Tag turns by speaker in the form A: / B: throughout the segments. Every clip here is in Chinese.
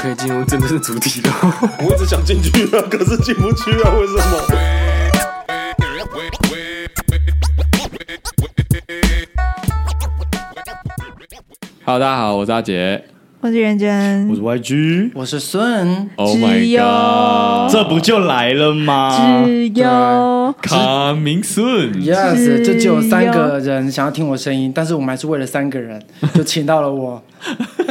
A: 可以进入真正的主题了。
B: 我一直想进去啊，可是进不去啊，为什么？
C: Hello，大家好，我是阿杰。
D: 我是袁
B: 我
D: 娟，
B: 是 YG，
E: 我是孙，
C: Oh my
D: 只有
C: god！
B: 这不就来了吗？
D: 只有
C: 卡明顺，
E: Yes，
D: 是
E: 这就有三个人想要听我声音，但是我们还是为了三个人就请到了我。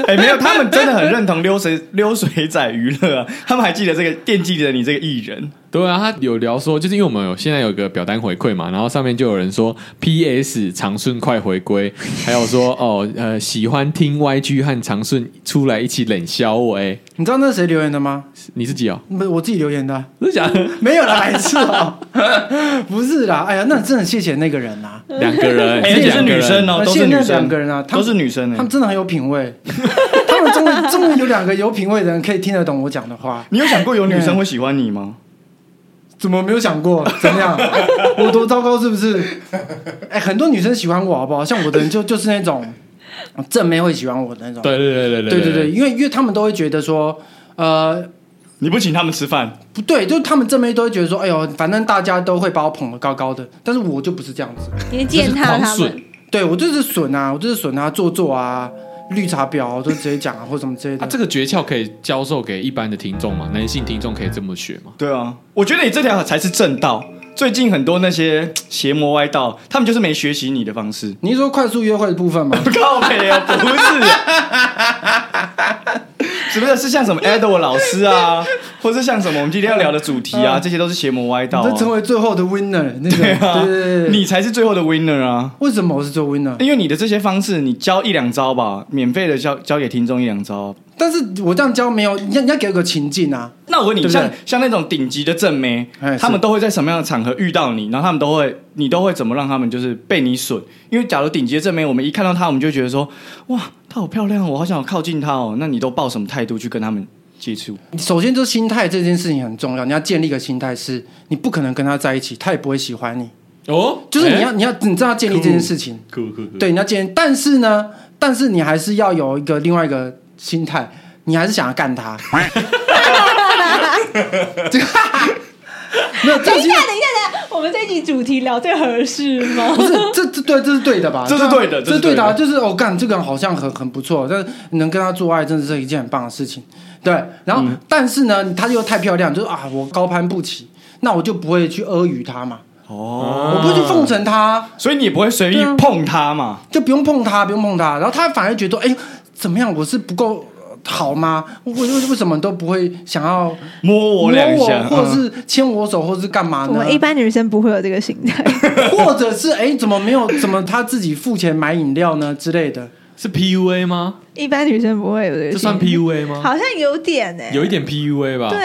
B: 哎、没有，他们真的很认同溜水 溜水仔娱乐、啊，他们还记得这个惦记着你这个艺人，
C: 对啊，他有聊说，就是因为我们有现在有个表单回馈嘛，然后上面就有人说 P.S. 长顺快回归，还有说哦呃喜欢听 YG 和长顺出来一起冷笑我哎，
E: 你知道那是谁留言的吗？
C: 你自己哦，
E: 不是我自己留言的啊，
C: 真的假的？
E: 没有啦，白痴哦， 不是啦，哎呀，那真的很谢谢那个人啊，
C: 两个人，
B: 哎、
C: 是
B: 而且是
C: 两个
B: 女
C: 人
B: 生哦，
E: 而
B: 都
E: 且那
B: 是女
E: 呃两
B: 生，
E: 个人啊，他
B: 都是女生哎、
E: 他们真的很有品味，他们终于终于有两个有品味的人可以听得懂我讲的话，
B: 你有想过有女生会喜欢你吗？
E: 怎么没有想过？怎么样？我多糟糕是不是？哎，很多女生喜欢我好不好？像我的人就就是那种正妹会喜欢我的那种。
C: 对对对对
E: 对对对，因为因为他们都会觉得说，呃，
B: 你不请他们吃饭，
E: 不对，就是他们正妹都会觉得说，哎呦，反正大家都会把我捧得高高的，但是我就不是这样子，
D: 你践
C: 就是
D: 踏他
C: 狂
D: 们
C: 损，
E: 对我就是损啊，我就是损啊，做作啊，绿茶婊啊我就直接讲啊，或什么之类
C: 啊，
E: 的。
C: 这个诀窍可以教授给一般的听众嘛？男性听众可以这么学吗？
B: 对啊，我觉得你这条才是正道。最近很多那些邪魔歪道，他们就是没学习你的方式。
E: 你是说快速约会的部分吗？
B: 靠北啊，不是，是不是是像什么 Edo 老师啊，或是像什么我们今天要聊的主题啊，这些都是邪魔歪道、
E: 你嗯
B: 啊
E: 这。成为最后的 winner 那个，对
B: 啊
E: 对对对，
B: 你才是最后的 winner 啊！
E: 为什么我是做 winner？
B: 因为你的这些方式，你教一两招吧，免费的教教给听众一两招。
E: 但是我这样教没有，你要你要给我个情境啊，
B: 那我问你，
E: 对不对
B: 像像那种顶级的正妹
E: 哎，是
B: 他们都会在什么样的场合遇到你？然后他们都会，你都会怎么让他们就是被你损？因为假如顶级的正妹，我们一看到她，我们就会觉得说，哇，她好漂亮，我好想靠近她哦。那你都抱什么态度去跟他们接触？
E: 首先，就是心态这件事情很重要，你要建立一个心态是，你不可能跟他在一起，他也不会喜欢你。
C: 哦，
E: 就是你
C: 哎
E: 要，你要，你知道建立这件事情，
C: 酷酷
B: 嗯
C: 酷，
E: 对，你要建立。但是呢，但是你还是要有一个另外一个心态，你还是想要干他。这个没有，这
D: 等
E: 个
D: 一
E: 心
D: 下，
E: 态
D: 等一下，等一下，我们这一集主题聊最合适吗？
E: 不是这这对这是对的吧？
B: 这是对的
E: 这
B: 这
E: 是
B: 是
E: 对
B: 对
E: 的
B: 的
E: 啊，就是我干、这个人好像很很不错，但是能跟他做爱真的是一件很棒的事情。对，然后、
B: 嗯
E: 但是呢，她又太漂亮，就是啊，我高攀不起，那我就不会去阿谀她嘛，
B: 哦，
E: 我不会去奉承她，
B: 所以你也不会随意
E: 对啊
B: 碰她嘛？
E: 就不用碰她，不用碰她，然后她反而觉得，哎，怎么样，我是不够呃好吗？我为为为什么都不会想要
B: 摸我
E: 摸
B: 两下，
E: 或者
B: 嗯
E: 是牵我手，或者是干嘛
D: 我
E: 呢？
D: 们一般女生不会有这个心态，
E: 或者是哎，怎么没有？怎么她自己付钱买饮料呢之类的？
C: 是 PUA 吗？
D: 一般女生不会有这个心态。
C: 这算 PUA 吗？
D: 好像有点呢、
C: 有一
E: 哎
C: 点 PUA 吧？
D: 对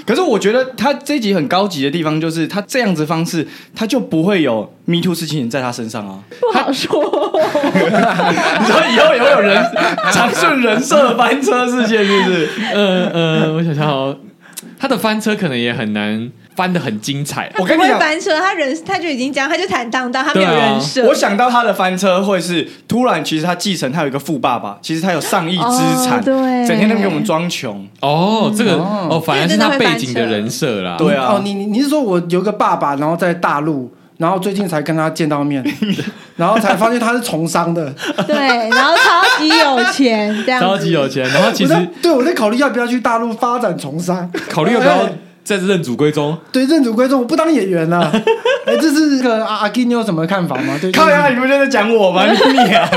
B: 可是我觉得他这一集很高级的地方，就是他这样子方式，他就不会有 Me Too 事情在他身 上啊。
D: 不好说。
B: 你知道以后也会有人 长顺人设翻车事件，是不是？
C: 呃呃，我想想哦，他的翻车可能也很难翻的很精彩。
B: 我跟你
D: 不会
B: 讲，
D: 翻车，他人他就已经这样，他就坦荡荡，他没有
C: 对啊
D: 人设。
B: 我想到他的翻车会是突然，其实他继承他有一个富爸爸，其实他有上亿资产，
D: 哦对
B: 整天都给我们装穷。
C: 哦，这个
E: 哦
C: 哦，反而是他背景的人设啦。
B: 对啊
E: 哦，你你你是说我有个爸爸，然后在大陆，然后最近才跟他见到面，然后才发现他是从商的。
D: 对，然后超级有钱这样子，
C: 超级有钱，然后其
E: 我在
C: 实
E: 对我在考虑要不要去大陆发展从商，
C: 考虑要不要
E: 哎
C: 再认祖归宗。
E: 对认祖归宗，我不当演员了。哎，这是这个阿阿金，你有什么看法吗？对，
B: 靠呀，你不就在讲我吗？你啊！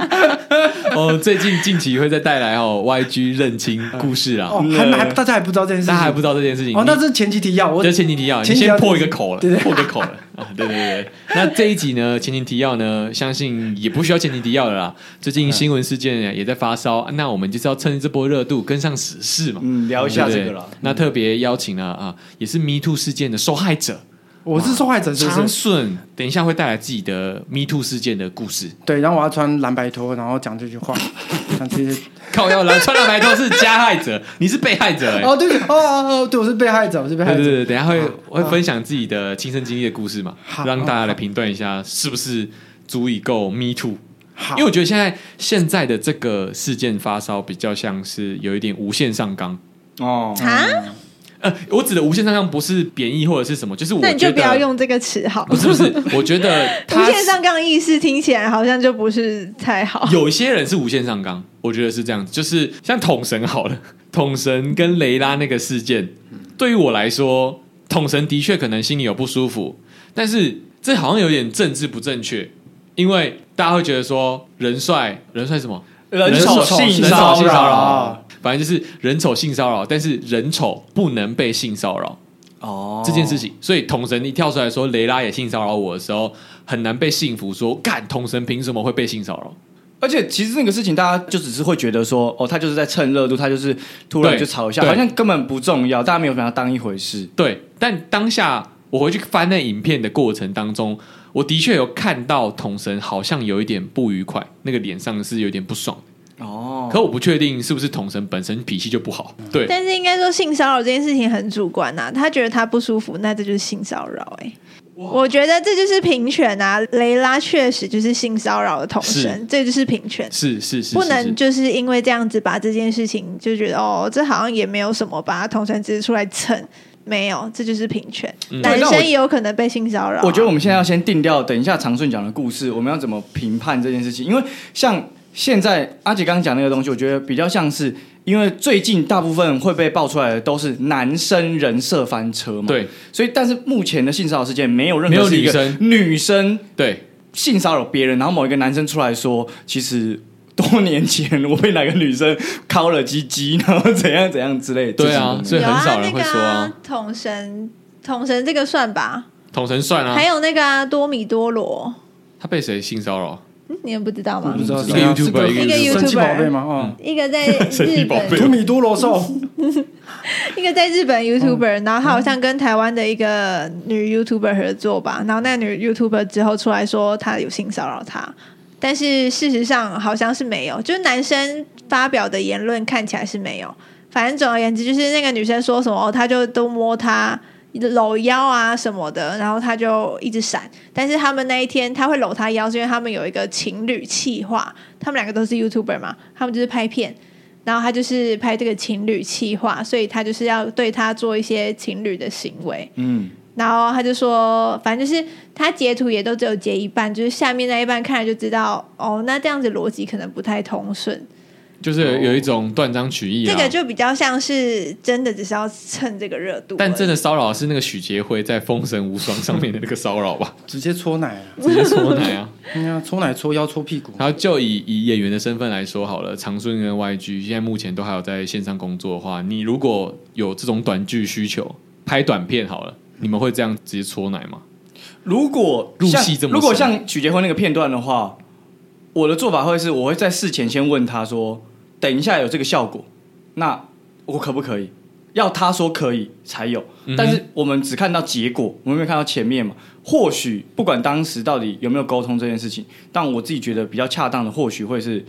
C: 哦，最近近期会再带来哦 YG 认亲故事啊，
E: 哦，还还大家还不知道这件事情，
C: 大家还不知道这件事情。
E: 哦，那
C: 你
E: 这是前期提要，我
C: 这前提提要，你
E: 前提提要
C: 先破一个口了
E: 对，对
C: 破个口了啊！对对对，那这一集呢，前提提要呢，相信也不需要前提提要了啦。最近新闻事件也在发烧，啊那我们就是要趁这波热度跟上时事嘛。
B: 嗯，聊一下这个啦
C: 对。那特别邀请了啊，也是 Me Too 事件的受害者
E: 我是受害者，是不
C: 长
E: 是？
C: 顺，等一下会带来自己的 Me Too 事件的故事。
E: 对，然后我要穿蓝白拖，然后讲这句话，讲这些。
C: 靠腰来穿了白都是加害者，你是被害者哎、
E: 哦，对不起，哦哦哦，对，我是被害者，我是被害
C: 对
E: 者
C: 对。对，等一下会会分享自己的亲身经历的故事嘛，
E: 好
C: 让大家来评断一下是不是足以够 me too。
E: 好
C: 因为我觉得现在现在的这个事件发烧比较像是有一点无限上纲。
B: 哦，
D: 啊，
C: 呃，我指的无限上纲不是贬义或者是什么，就是我
D: 那
C: 觉得
D: 你就不要用这个词好
C: 不
D: 了。
C: 是不是，我觉得
D: 无
C: 他
D: 限上纲意识听起来好像就不是太好。
C: 有一些人是无限上纲，我觉得是这样子，就是像统神好了， 统神跟雷拉那个事件，对于我来说，统神的确可能心里有不舒服，但是这好像有点政治不正确，因为大家会觉得说人帅人帅什么，
B: 人手性
C: 人
B: 骚
C: 手性骚
B: 扰
C: 扰，反正就是人丑性骚扰，但是人丑不能被性骚扰。
B: 哦
C: 这件事情，所以统神一跳出来说雷拉也性骚扰我的时候，很难被信服说干统神凭什么会被性骚扰？
B: 而且其实那个事情，大家就只是会觉得说，哦，他就是在蹭热度，他就是突然
C: 对
B: 就吵一下，
C: 对
B: 好像根本不重要，大家没有把它当一回事。
C: 对，但当下我回去翻那影片的过程当中，我的确有看到统神好像有一点不愉快，那个脸上是有点不爽，
B: 哦，
C: 可我不确定是不是统神本身脾气就不好。对，
D: 但是应该说性骚扰这件事情很主观呐、他觉得他不舒服，那这就是性骚扰哎。我觉得这就是平权啊，雷拉确实就是性骚扰的同
C: 是
D: 声，这就是平权，
C: 是是是，
D: 不
C: 是
D: 能
C: 是
D: 就是因为这样子把这件事情就觉得哦，这好像也没有什么，把它同声只是出来蹭，没有，这就是平权。
C: 嗯
D: 男
B: 对那我
D: 生也有可能被性骚扰啊、
B: 我觉得我们现在要先定掉，等一下长顺讲的故事，我们要怎么评判这件事情？因为像现在阿姐刚刚讲那个东西，我觉得比较像是，因为最近大部分会被爆出来的都是男生人设翻车嘛，，
C: 对
B: 所以但是目前的性骚扰事件没有任
C: 没
B: 何
C: 有
B: 是一个
C: 女生
B: 女生
C: 对
B: 性骚扰别人，然后某一个男生出来说，其实。多年前我被哪个女生敲了鸡鸡，然后怎样怎样之类的。
C: 对啊
B: 这种东西
C: 所以
D: 有
C: 很
D: 啊，
C: 少人会说啊
D: 那个啊统神，统神这个算吧，
C: 统神算啊
D: 还，有那个啊，多米多罗，
C: 他被谁性骚扰？
D: 嗯你们不知道吗？
E: 我不知道
C: 一个 YouTuber，
E: 是个
C: 一个
E: 是
D: YouTuber 嗯
E: 神奇宝贝吗？哦，
D: 一个在日
C: 神奇宝贝
D: 本，
E: 图米多罗兽，
D: 一个在日本 YouTuber，、然后他好像跟台湾的一个女 YouTuber 合作吧，然后那女 YouTuber 之后出来说她有性骚扰他，但是事实上好像是没有，就是男生发表的言论看起来是没有。反正总而言之，就是那个女生说什么，哦他就都摸她搂腰啊什么的，然后他就一直闪。但是他们那一天他会搂她腰，是因为他们有一个情侣企划，他们两个都是 YouTuber 嘛，他们就是拍片。然后他就是拍这个情侣企划，所以他就是要对他做一些情侣的行为。
B: 嗯，
D: 然后他就说，反正就是他截图也都只有截一半，就是下面那一半看来就知道，哦，那这样子逻辑可能不太通顺。
C: 就是有有一种断章取义啊。
D: 这个就比较像是真的只是要蹭这个热度而已，
C: 但真的骚扰是那个许杰辉在《封神无双》上面的那个骚扰 吧？
E: 直接搓奶啊！
C: 直接说奶啊！
E: 哎呀，搓奶、搓腰、搓屁股，
C: 然后就以以演员的身份来说好了，长顺跟 YG 现在目前都还有在线上工作的话，你如果有这种短剧需求，拍短片好了，你们会这样直接搓奶吗？
B: 如果
C: 入
B: 像
C: 戏这么
B: 如
C: 深
B: 果像许结婚那个片段的话，我的做法会是，我会在事前先问他说，等一下有这个效果，那我可不可以？要他说可以才有，
C: 嗯哼
B: 但是我们只看到结果，我们没有看到前面嘛。或许不管当时到底有没有沟通这件事情，但我自己觉得比较恰当的，或许会是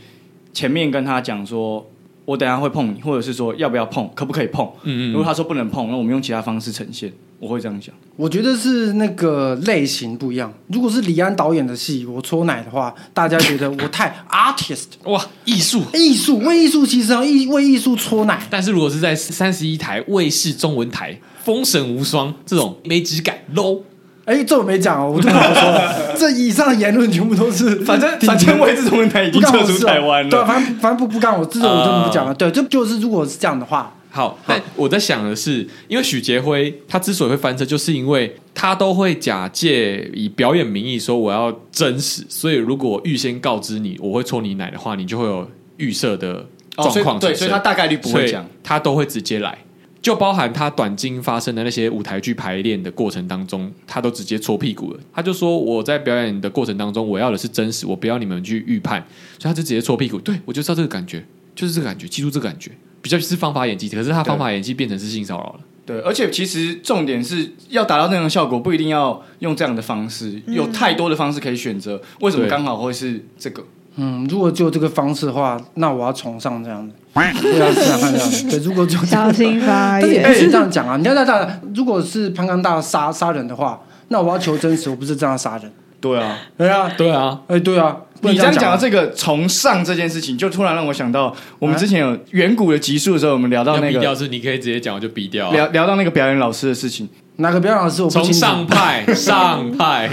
B: 前面跟他讲说，我等一下会碰你，或者是说要不要碰，可不可以碰？
C: 嗯
B: 如果他说不能碰，那我们用其他方式呈现，我会这样想。
E: 我觉得是那个类型不一样。如果是李安导演的戏，我搓奶的话，大家觉得我太 artist
C: 哇，艺术！
E: 艺术，为艺术牺牲，艺为艺术搓奶。
C: 但是如果是在三十一台卫视中文台《封神无双》这种没质感 low，
E: 哎，这我没讲哦，我就不好说。这以上的言论全部都是，
B: 反正反正我也是从台已
E: 不
B: 经
E: 干
B: 撤
E: 我的事
B: 出
E: 哦
B: 台湾
E: 对，
B: 了。啊
E: 反正反正不不干我，这种我就不讲了。对，就就是如果是这样的话，
C: 好，但我在想的是，因为许杰辉他之所以会翻车，就是因为他都会假借以表演名义说我要真实，所以如果预先告知你我会搓你奶的话，你就会有预设的状况、
B: 对，哦所以他大概率不会讲
C: 所以。他都会直接来。就包含他短经发生的那些舞台剧排练的过程当中，他都直接搓屁股了。他就说我在表演的过程当中，我要的是真实，我不要你们去预判，所以他就直接搓屁股。对我就知道这个感觉，就是这个感觉，记住这个感觉，比较是方法演技。可是他方法演技变成是性骚扰了。
B: 对，而且其实重点是要达到那样的效果，不一定要用这样的方式，有太多的方式可以选择。为什么
C: 对
B: 刚好会是这个？
E: 嗯，如果只有这个方式的话，那我要崇尚这样的。对啊，是啊，是啊是啊对，如果只有这样
D: 小心发
E: 但也
D: 言
E: 不。是这样讲啊！你要这样，如果是潘刚大杀杀人的话，那我要求真实，我不是这样杀人。
B: 对啊，
E: 对啊，
C: 对啊，
E: 哎，对啊，不能
B: 你这样讲
E: 啊
B: 到这个崇尚这件事情，就突然让我想到，我们
E: 啊
B: 之前有远古的集数的时候，我们聊到
C: 要
B: 那
C: 逼
B: 个
C: 掉是你可以直接讲，我就逼掉啊。
B: 聊聊到那个表演老师的事情。
E: 哪个表演老师我不
C: 从
E: 清楚。
C: 上派上派，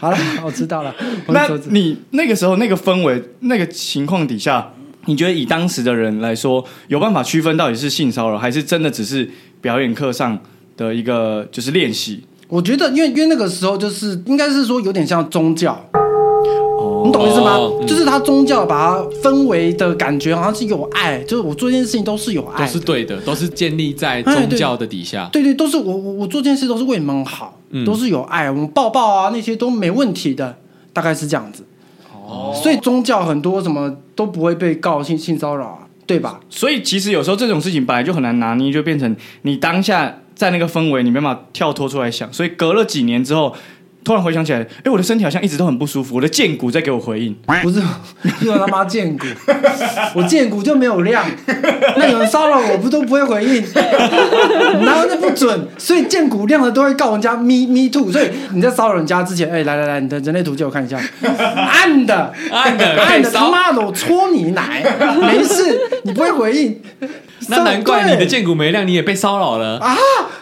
E: 好了，我知道了。我
B: 那
E: 手指
B: 你那个时候那个氛围、那个情况底下，你觉得以当时的人来说，有办法区分到底是性骚扰，还是真的只是表演课上的一个就是练习？
E: 我觉得，因为因为那个时候就是应该是说有点像宗教，
B: 哦
E: 你懂我意思吗？
C: 哦嗯
E: 就是他宗教把它氛围的感觉好像是有爱，就是我做这件事情都是有爱
C: 都
E: 的，
C: 是对的，都是建立在
E: 哎
C: 宗
E: 对
C: 教的底下。
E: 对对，都是我我我做这件事都是为你们好，
C: 嗯
E: 都是有爱，我们抱抱啊那些都没问题的，大概是这样子。哦，所以宗教很多什么都不会被告性性骚扰啊，对吧？
B: 所以其实有时候这种事情本来就很难拿捏，就变成你当下在那个氛围，你没办法跳脱出来想。所以隔了几年之后，突然回想起来，哎、我的身体好像一直都很不舒服，我的剑骨在给我回应。
E: 不是，又他妈见骨， 我见骨就没有量，那有人骚扰我不都不会回应，然后那不准，所以见骨量的都会告人家 me me too，所以你在骚扰人家之前，哎、来来来，你的人类图借我看一下，暗的
C: 暗的
E: 暗
C: 被
E: 的，他
C: 骚
E: 妈的，我戳你奶，没事，你不会回应，
C: 那难怪你的
E: 对
C: 剑骨没亮，你也被骚扰了。
E: 啊，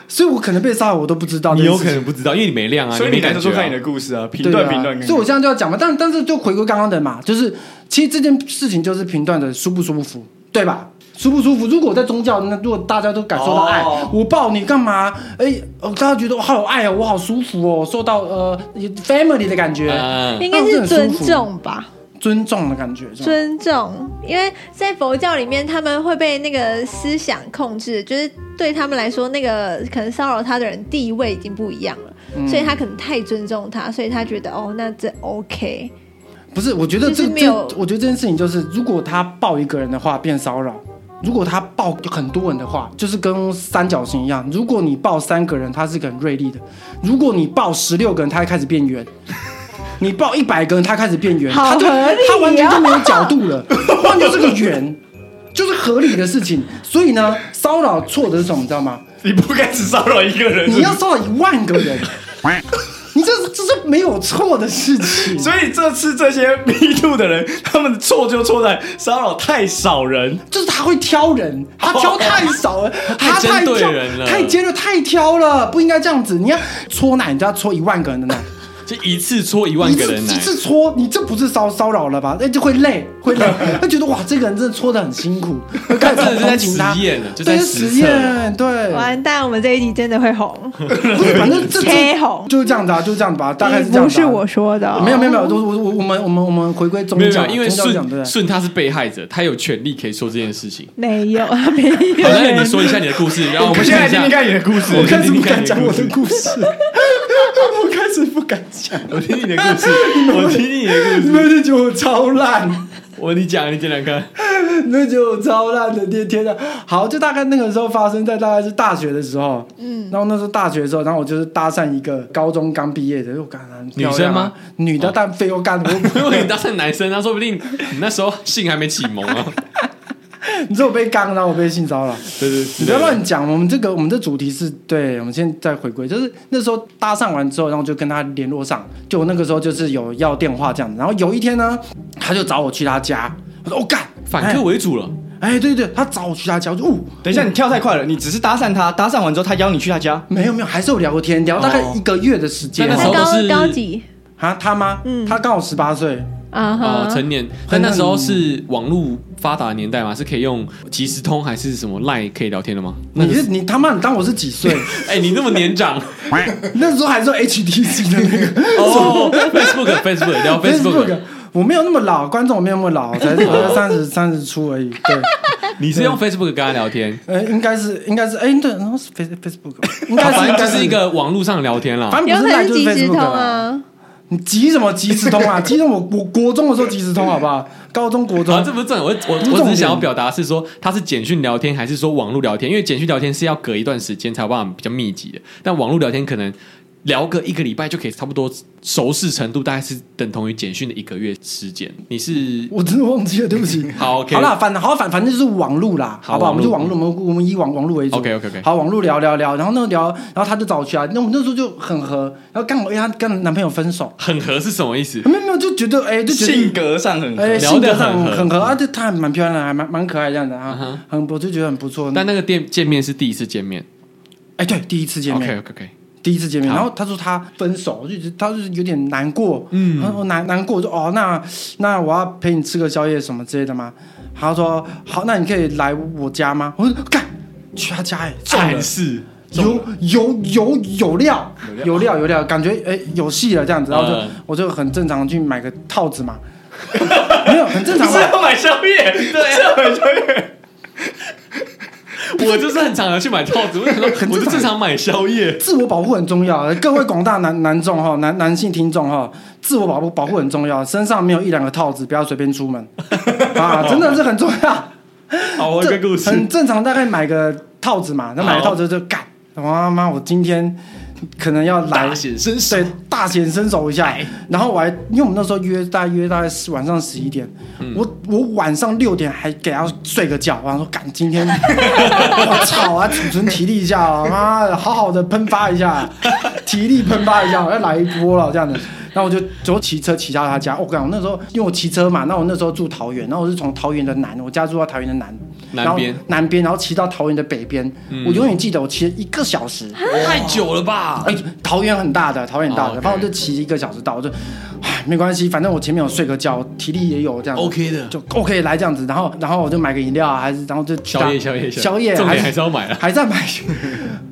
E: 所以我可能被骚扰我都不知道
C: 你
E: 这件
C: 有
E: 事情，
C: 可能不知道，因为你没亮啊。
B: 所以
C: 没
B: 你来
C: 感
B: 说说
C: 觉啊
B: 看你的故事啊，评
E: 对
B: 断
E: 啊
B: 评断。看 看
E: 所以我现在就要讲嘛，但但是就回归刚刚的嘛，就是其实这件事情就是评断的舒不舒服，对吧？舒不舒服？如果我在宗教，那如果大家都感受到爱，
B: 哦
E: 我抱你干嘛？哎、哦大家觉得我好有爱哦，我好舒服哦，受到呃 family 的感觉，
C: 嗯
D: 应该是尊重吧，
E: 尊重的感觉，这样
D: 尊重，因为在佛教里面，他们会被那个思想控制，就是对他们来说，那个可能骚扰他的人地位已经不一样了，
E: 嗯
D: 所以他可能太尊重他，所以他觉得哦，那这 OK，
E: 不是？我觉得
D: 就是
E: 这
D: 没有
E: 这，我觉得这件事情就是，如果他抱一个人的话，变骚扰。如果他抱很多人的话，就是跟三角形一样。如果你抱三个人，他是个很锐利的；如果你抱十六个人，他开始变 圆；你抱一百个人，他开始变圆。
D: 好
E: 他就
D: 合理哦
E: 他完全就没有角度了，完全是个圆，就是合理的事情。所以呢，骚扰错的是什么，你知道吗？
B: 你不该只骚扰一个人，
E: 你要骚扰一万个人，你这这是没有错的事情。
B: 所以这次这些 Me Too 的人，他们错就错在骚扰太少人。
E: 就是他会挑人，他挑太少 了，
C: 太
E: 他太
C: 针对
E: 挑
C: 人了
E: 太尖锐，太挑了，不应该这样子。你要搓奶，你就要搓一万个人的奶，
C: 就一次戳一 万
E: 一
C: 个
E: 次
C: 人奶
E: 一，次搓，你这不是骚骚扰了吧？那就会累，会 累，他觉得哇，这个人真的搓的很辛苦，会开始
C: 真的是在
E: 同情他
C: 实验了就
E: 对
C: 在
E: 实
C: 实
E: 验，对，
D: 完蛋，我们这一集真的会红，
E: 不是，反正这
D: 切
E: 这
D: 红
E: 就是这样子啊，就是这样子吧，大概是这样
D: 不
E: 子啊。
D: 是我说的、哦，
E: 没有没有没有，我我我我们我们我们回归宗
C: 没有没
E: 教，啊
C: 有，因为
E: 宗教讲对
C: 顺
E: 不对？
C: 顺他是被害者，他有权利可以说这件事情。
D: 没有 没有，
C: 好，那你说一下你的故事，然后我们
B: 现在
C: 一
B: 听
C: 下
B: 听，看你的故 事，
E: 我开始不
C: 你你看
E: 敢
C: 你的
E: 讲
C: 故
E: 我
C: 事
E: 的故 事，我开始不敢讲。
C: 我听你的故事，我听 你的故
E: 你
C: 事，
E: 们就觉得我超烂，
C: 我你讲，你讲讲看。
E: 你们觉得我超烂的，天天的。好，就大概那个时候发生在大概是大学的时候，嗯，然后那时候大学的时候，然后我就是搭讪一个高中刚毕业的，我干很漂亮啊女的，但非我干， 我
C: 因为你当成男生，啊他说不定你那时候性还没启蒙啊。
E: 你说我被刚，然后我被性骚扰，
C: 对对，
E: 你不要乱讲。我们这个我们这主题是对，我们现在回归，就是那时候搭讪完之后，然后就跟他联络上，就我那个时候就是有要电话这样子。然后有一天呢，他就找我去他家，我说我、哦、干
C: 反客为主了。
E: 哎，哎，对对，他找我去他家，我就哦，
B: 等一下，你跳太快了，你只是搭讪他，搭讪完之后他邀你去他家，
E: 没有没有，还是有聊过天，聊大概
C: 哦
E: 一个月的时间
C: 但那时候
D: 他
E: 哦。
C: 都
D: 高
C: 是
D: 高级
E: 啊，他吗？
D: 嗯
E: 他刚好十八岁，
D: 啊哈
C: 哦，，成年，
E: 嗯
C: 但那时候是网络发达的年代嘛，是可以用即时通还是什么 Line 可以聊天的吗？那
E: 你
C: 个
E: 是你他妈，你当我是几 岁？
C: 哎，你那么年长
E: 那时候还是 HTC 的那个
C: 哦，Facebook Facebook 聊哦 Facebook，
E: 我没有那么老，观众我没有那么 老，才三十三十出而已。对，
C: 你
E: 嗯
C: 是用 Facebook 跟他聊天，
E: 呃，应该是应该是，哎，对，然后是 Face Facebook，应 该是
C: 反
E: 应
C: 正
E: 该
C: 就是一，个网络上聊天啦。
E: 反
D: 有
E: 正不
D: 可
E: 是赖
D: 能
E: 就是
D: 即时通
E: Facebook 啊。
D: 啊，
E: 你急什么即时通啊？急什么？我国中的时候即时通好不好？高中国
C: 啊，
E: 中
C: 这不是重点，我我
E: 不是重
C: 我只
E: 点
C: 是想要表达是说，他是简讯聊天还是说网络聊天？因为简讯聊天是要隔一段时间才有办法比较密集的，但网络聊天可能聊个一个礼拜就可以差不多熟识程度，大概是等同于简讯的一个月时间。你是
E: 我真的忘记了，对不起。
C: 好，OK
E: 好啦，反好反反正就是网路啦，
C: 好
E: 好不好？我
C: 网
E: 们就
C: 路
E: 网路，我们我们以网网路为主。
C: OK，OK，OK
E: 好，网路聊聊聊，然后那聊，然后他就找我去啊，那我们那时候就很合，然后刚好因为他跟男朋友分手，
C: 很合是什么意思？
E: 没有没有就觉得哎，就觉得
B: 性格上很合
E: 哎
C: 聊
E: 性
C: 得
E: 格上
C: 很合
E: 很合啊，就她还蛮漂亮的，还蛮蛮可爱这样的
C: 嗯
E: 啊，很我就觉得很不错。
C: 但那个店见面是第一次见面
E: 哎，对，第一次见面
C: OK，OK，OK。OK OK，
E: 第一次见面，
C: 好
E: 然后他说他分手，就他就是有点难过，
C: 嗯
E: 然后我难难过，我说哦，那那我要陪你吃个宵夜什么之类的吗？他说好，那你可以来我家吗？我说干，去他家哎、欸，
C: 暗示
E: 中了，有有有有料，有料有料，感觉哎、有戏了这样子，然后就、
C: 嗯
E: 我就很正常地去买个套子嘛， 没有很正
B: 不
E: 常
B: 是
E: 嘛，
B: 要买宵 夜，
C: 啊
B: 对，是要买宵夜。
C: 我就是很常的去买套子，我就想说我就正常买宵夜。
E: 自我保护很重要，各位广大男男众哈，男男性听众哈，自我保护保护很重要，身上没有一两个套子，不要随便出 门啊，真的是很重要。
C: 好，我有一个故事
E: 这，很正常，大概买个套子嘛，那买个套子就干，妈妈，我今天可能要来
C: 大显身手
E: 对，大显身手一下。
C: 哎
E: 然后我还，因为我们那时候约大约大概是晚上十一点，
C: 嗯
E: 我我晚上六点还给他睡个觉，然后说赶今天， 我操啊，储存体力一下啊，妈的，好好的喷发一下，体力喷发一下，我要来一波了这样子。然后我就就骑车骑到他家，我、跟你讲，我那时候因为我骑车嘛，那我那时候住桃园，然后我是从桃园的南，我家住到桃园的南，
C: 南
E: 然后
C: 边嗯
E: 南边，然后骑到桃园的北边，我永远记得我骑了一个小时，
C: 太久了吧？
E: 哎，桃园很大的，桃园很大的，
C: 哦，OK
E: 反正我就骑一个小时到，我就，唉，没关系，反正我前面有睡个觉，体力也有这样子
C: OK 的
E: 就 OK 来这样子，然后然后我就买个饮料啊，还是然后就去
C: 宵夜，
E: 搭
C: 宵夜，
E: 宵夜，
C: 重点还是要买啊了。
E: 还在买，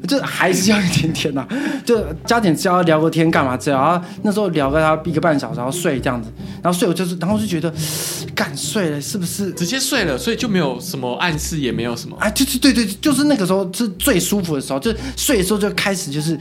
E: 就还是要一点点呐、就加点加聊个天干嘛这样啊？那时候聊个他一个半小时，然后睡这样子，然后睡我就是，然后就觉得， 干睡了是不是？
C: 直接睡了，所以就没有什么暗示，也没有什么。
E: 啊，就是对对，就是那个时候是最舒服的时候，就睡的时候就开始就是，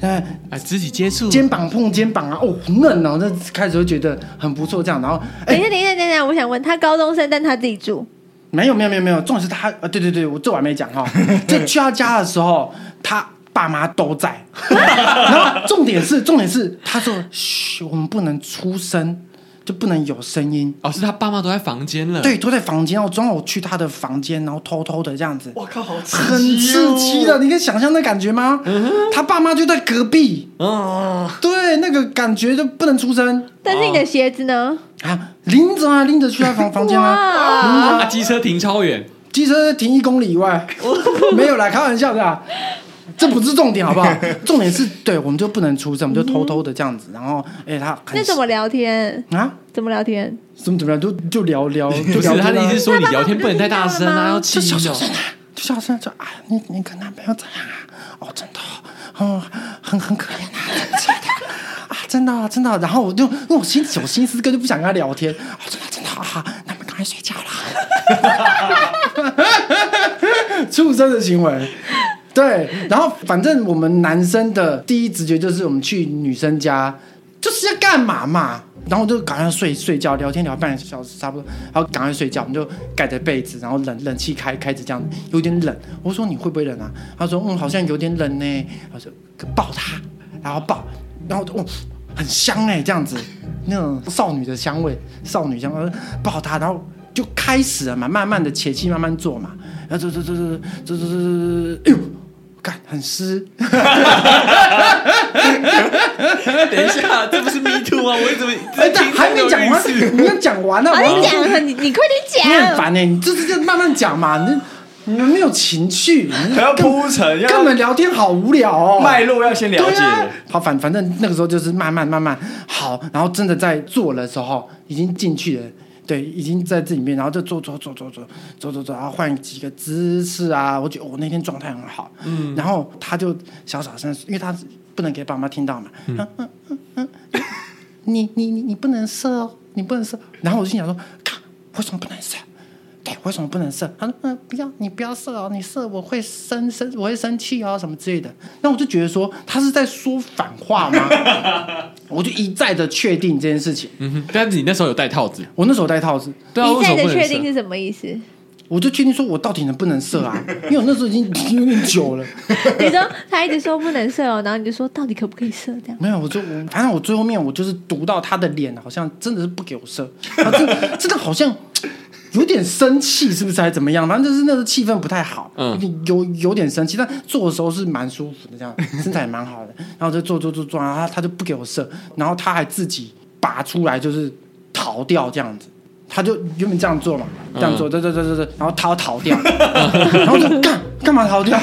E: 呃，
C: 哎，肢体接触，
E: 肩膀碰肩膀啊，哦，嫩哦，那开始就觉得很不错这样，然后
D: 等一
E: 哎，
D: 下，等一下，等一下，我想问他高中生，但他自己住，
E: 没有没有没有没有，重点是他，呃，对对对，我这我还没讲哈、就去他家的时候，他爸妈都在，然后重点是重点是他说，嘘，我们不能出声，就不能有声音。
C: 哦，是他爸妈都在房间了。
E: 对，都在房间，然后装我去他的房间，然后偷偷的这样子，
B: 我靠，好刺
E: 很
B: 激哦
E: 刺激的，你可以想象那感觉吗？他爸妈就在隔壁，
C: 哦，
E: 对，那个感觉就不能出声
D: 但是你的鞋子呢？
E: 啊，拎着啊，拎着去他房房间啊，拎着
D: 哇
E: 啊
C: 啊，机车停超远，
E: 机车停一公里以外，没有啦，开玩笑的啊。这不是重点，好 不好？重点是对，我们就不能出声，我们就偷偷的这样子。然后，哎、他很
D: 那怎么聊天？
E: 啊？
D: 怎么聊天？
E: 怎么怎么样？就就聊聊，就
C: 不是
E: 聊天啊、
C: 他的意思是说
D: 那
C: 你
D: 爸妈
C: 聊天不能太大声
D: 不就听
C: 啊，
D: 到了吗
C: 要
E: 就
C: 轻
E: 小声
C: 哦。
E: 啊，就小声就啊，你你跟男朋友怎样啊？哦，真的哦，嗯，很很可怜啊，真的 啊，真的啊真的啊。然后我就因为我心有心思，根本就不想跟他聊天。哦，真的真的啊，那我们赶快睡觉啦。 畜生的行为。对，然后反正我们男生的第一直觉就是我们去女生家就是要干嘛嘛，然后我就赶快睡睡觉，聊天聊半个小时差不多，然后赶快睡觉，我们就盖着被子，然后冷冷气开开着这样，有点冷。我说你会不会冷啊？他说嗯，好像有点冷呢。我说嗯抱他，然后抱，然后我就哦很香哎、这样子，那种少女的香味，少女香味，抱他，然后就开始了嘛，慢慢的前期慢慢做嘛，然后做做做做做做做做，哎呦，干很湿，
C: 等一下，这不是 Me Too 啊？我怎么
E: 哎，但还没讲完，你要讲完呢、啊，
D: 好，哦
E: 我
D: 你讲，你你快
E: 你
D: 点
E: 很
D: 讲。
E: 烦哎、你就是就慢慢讲嘛，你你们没有情趣，
B: 还要铺陈，
E: 根
B: 要
E: 本聊天好无聊哦。
B: 脉络要先了
E: 对啊
B: 解。，
E: 好反反正那个时候就是慢慢慢慢好，然后真的在做的时候已经进去了。对，已经在这里面，然后就做做做做做做做做，然后换几个姿势啊。我觉得我、那天状态很好，嗯，然后他就小小声，因为他不能给爸妈听到嘛，嗯嗯嗯嗯，你你你你不能射哦，你不能射。然后我就心想说，看为什么不能射？对，哎为什么不能射？他说，嗯，不要，你不要射哦，你射我会生生，我会生气哦，什么之类的。那我就觉得说，他是在说反话吗？ 我就一再的确定这件事情。
C: 嗯哼但是你那时候有戴套子，
E: 我那时候戴套子，
C: 对啊，
D: 一
C: 为什
D: 再
C: 么
D: 的
C: 不能
D: 确定
C: 射
D: 是什么意思？
E: 我就确定说我到底能不能射啊，因为我那时候已经已经有点久了，
D: 你说他一直说不能射哦，然后你就说到底可不可以射 这样？
E: 没有，我就我反正我最后面我就是读到他的脸好像真的是不给我射，他真的真的好像有点生气，是不是还怎么样？反正就是那个气氛不太好，
C: 嗯
E: 有有点生气，但做的时候是蛮舒服的，这样身材也蛮好的，然后就做做做做，然后他他就不给我射，然后他还自己拔出来就是逃掉这样子。他就原本这样做嘛，这样做，对对对对对，然后他要逃掉，然后就干干嘛逃掉？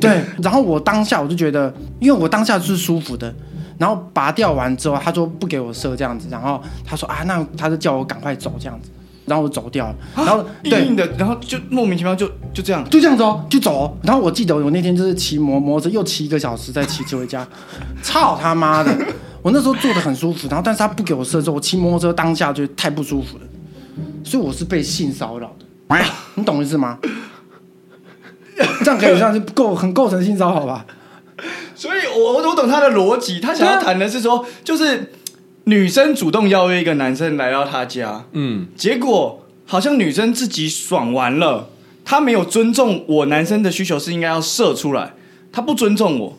E: 对，然后我当下我就觉得，因为我当下是舒服的，然后拔掉完之后，他说不给我射这样子，然后他说啊，那他就叫我赶快走这样子，然后我走掉了，
B: 啊
E: 然后
B: 硬
E: 对
B: 硬。的，然后就莫名其妙就就这样，
E: 就这样子哦，就走、哦。然后我记得我那天就是骑摩摩托车，又骑一个小时，再骑车回家。操他妈 的！我那时候坐的很舒服，然后但是他不给我射之后，我骑摩托车当下就太不舒服了，所以我是被性骚扰的。你懂意思吗？这样可以算是构很构成性骚扰吧？
B: 所以我我懂他的逻辑，他想要谈的是说，就是女生主动邀约一个男生来到他家，
C: 嗯，
B: 结果好像女生自己爽完了，她没有尊重我男生的需求是应该要射出来，她不尊重我，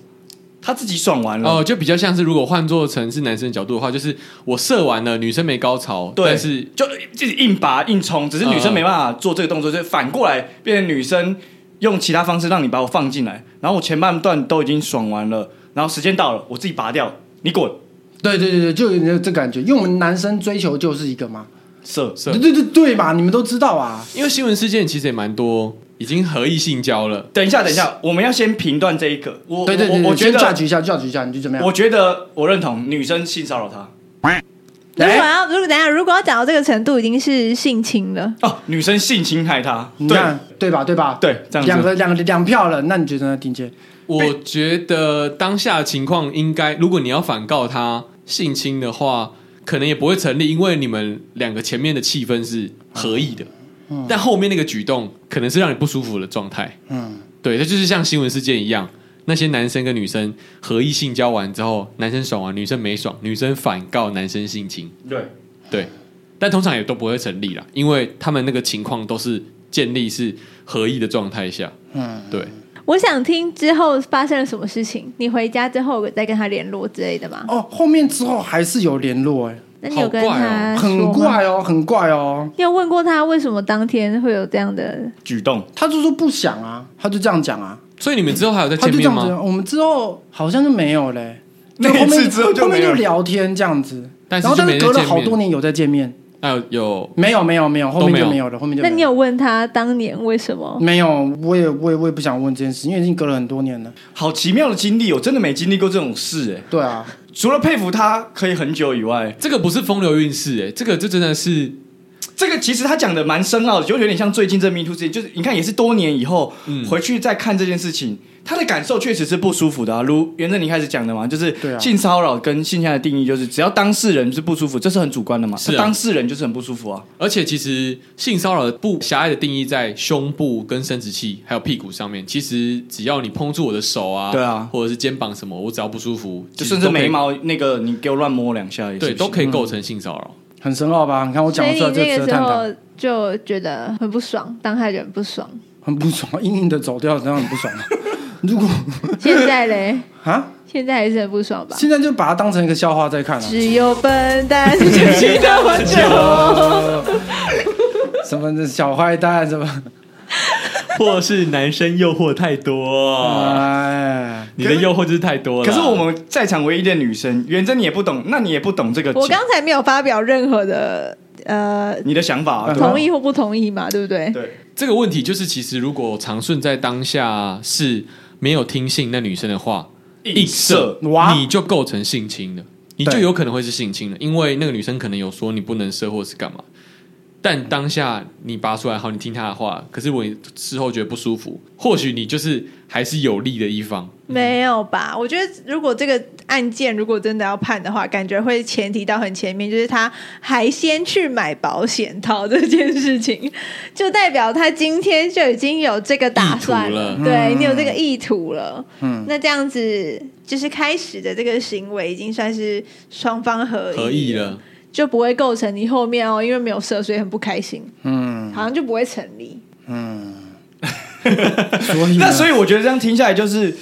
B: 她自己爽完了，
C: 哦，就比较像是如果换做成是男生的角度的话，就是我射完了，女生没高潮，
B: 对，
C: 但是嗯
B: 就自己硬拔硬冲，只是女生没办法做这个动作，就是反过来变成女生用其他方式让你把我放进来，然后我前半段都已经爽完了，然后时间到了，我自己拔掉，你滚
E: 对对对对，就有点这感觉，因为我们男生追求就是一个嘛，
B: 射。
C: 射
E: 对，对对对嘛，你们都知道啊。
C: 因为新闻事件其实也蛮多，已经合意性交了，
B: 等一下，等一下，我们要先评断这一个。我
E: 对对对，
B: 我我觉
E: 先抓
B: 得，
E: 举一下，抓举一下，你就怎么样？
B: 我觉得我认同女生性骚扰他
D: 如果
E: 哎
D: 要如果等一下如果要讲到这个程度，已经是性侵了。
B: 哦，女生性侵害他。
E: 你
B: 对
E: 看对吧？对吧？
B: 对这样子
E: 两个两个两票了，那你觉得呢？丁姐？
C: 我觉得当下的情况应该，如果你要反告他性侵的话，可能也不会成立，因为你们两个前面的气氛是合意的，但后面那个举动可能是让你不舒服的状态。
E: 嗯，
C: 对，这就是像新闻事件一样，那些男生跟女生合意性交完之后，男生爽完，女生没爽，女生反告男生性侵，
B: 对，
C: 对，但通常也都不会成立啦，因为他们那个情况都是建立是合意的状态下。嗯，对。
D: 我想听之后发生了什么事情。你回家之后有再跟他联络之类的吗？
E: 哦，后面之后还是有联络、欸，
D: 那你有跟
C: 好怪
D: 他
E: 哎，
D: 嗯说
E: 很
D: 吗？
E: 怪哦，很怪哦。
D: 你有问过他为什么当天会有这样的？
B: 举动
E: 他就说不想啊，他就这样讲啊，
C: 所以你们之后还有再
E: 他
C: 见
E: 就这
C: 面
E: 样子
C: 吗？
E: 啊。我们之后好像就没有嘞、
B: 那
E: 就后面
B: 一次之后就
E: 后面
B: 没有
E: 就聊天这样子，
C: 但是
E: 然后
C: 就
E: 但
C: 没
E: 是
C: 再
E: 隔了
C: 见
E: 好
C: 面
E: 多年有再见面，
C: 还有哎有
E: 没有没有没有，后面
C: 都没有
E: 就没有了，后面就
D: 那
E: 没
D: 你
E: 有
D: 有问他当年为什么？
E: 没有？我也我也我也不想问这件事，因为已经隔了很多年了。
B: 好奇妙的经历，我真的没经历过这种事哎。
E: 对 啊，
B: 除了佩服他可以很久以外，
C: 这个不是风流韵事哎、这个就真的是
B: 这个其实他讲的蛮深奥的，就有点像最近这 Me Too 事件，就是你看也是多年以后、
C: 嗯
B: 回去再看这件事情，他的感受确实是不舒服的啊。如袁振宁开始讲的嘛，就是
E: 对啊
B: 性骚扰跟性侵害的定义，就是只要当事人是不舒服，这是很主观的嘛。
C: 是啊
B: 那当事人就是很不舒服啊。
C: 而且其实性骚扰的不狭隘的定义在胸部、跟生殖器还有屁股上面。其实只要你碰触我的手啊，
B: 对啊
C: 或者是肩膀什么，我只要不舒服，
B: 就
C: 其实
B: 甚至
C: 都可以
B: 眉，毛那个，你给我乱摸两下也
C: 对，都可
B: 以。
C: 以构成性骚扰。
E: 很深奥吧？你看我
D: 所
E: 讲
D: 以
E: 不出来
D: 你
E: 这个
D: 那个
E: 值得
D: 时
E: 探讨，
D: 候就觉得很不爽，当害人不爽。
E: 很不爽，硬硬的走掉，这样很不爽。如果
D: 现在嘞，
E: 啊，
D: 现在还是很不爽吧？
E: 现在就把它当成一个笑话在看啊。
D: 只有笨蛋就 知
C: 啊
D: 道我久。
E: 什么小坏蛋什么？
C: 或是男生诱惑太
B: 啊
C: 多，
E: 哎，
C: 你的诱惑就是太多
B: 可是我们在场唯一的女生，袁真你也不懂，那你也不懂这个，
D: 我刚才没有发表任何的呃
B: 你的想法、
C: 嗯
B: 啊，对吧
D: 同意或不同意嘛，对不对？
B: 对，
C: 这个问题就是，其实如果长顺在当下是没有听信那女生的话，
B: 映射
E: 哇
C: 你就构成性侵了，你就
E: 对
C: 有可能会是性侵了，因为那个女生可能有说你不能射或是干嘛，但当下你拔出来好，你听她的话，可是我事后觉得不舒服，或许你就是还是有利的一方，
D: 没有吧？我觉得如果这个案件如果真的要判的话，感觉会前提到很前面，就是他还先去买保险套这件事情， 就代表他今天就已经有这个打算
C: 意图
D: 对你有这个意图了。
E: 嗯
D: 那这样子就是开始的这个行为已经算是双方合意
C: 合意了，
D: 就不会构成你后面哦，因为没有射，所以很不开心，
E: 嗯
D: 好像就不会成立。
E: 嗯，所以呢
B: 那所以我觉得这样听下来，就是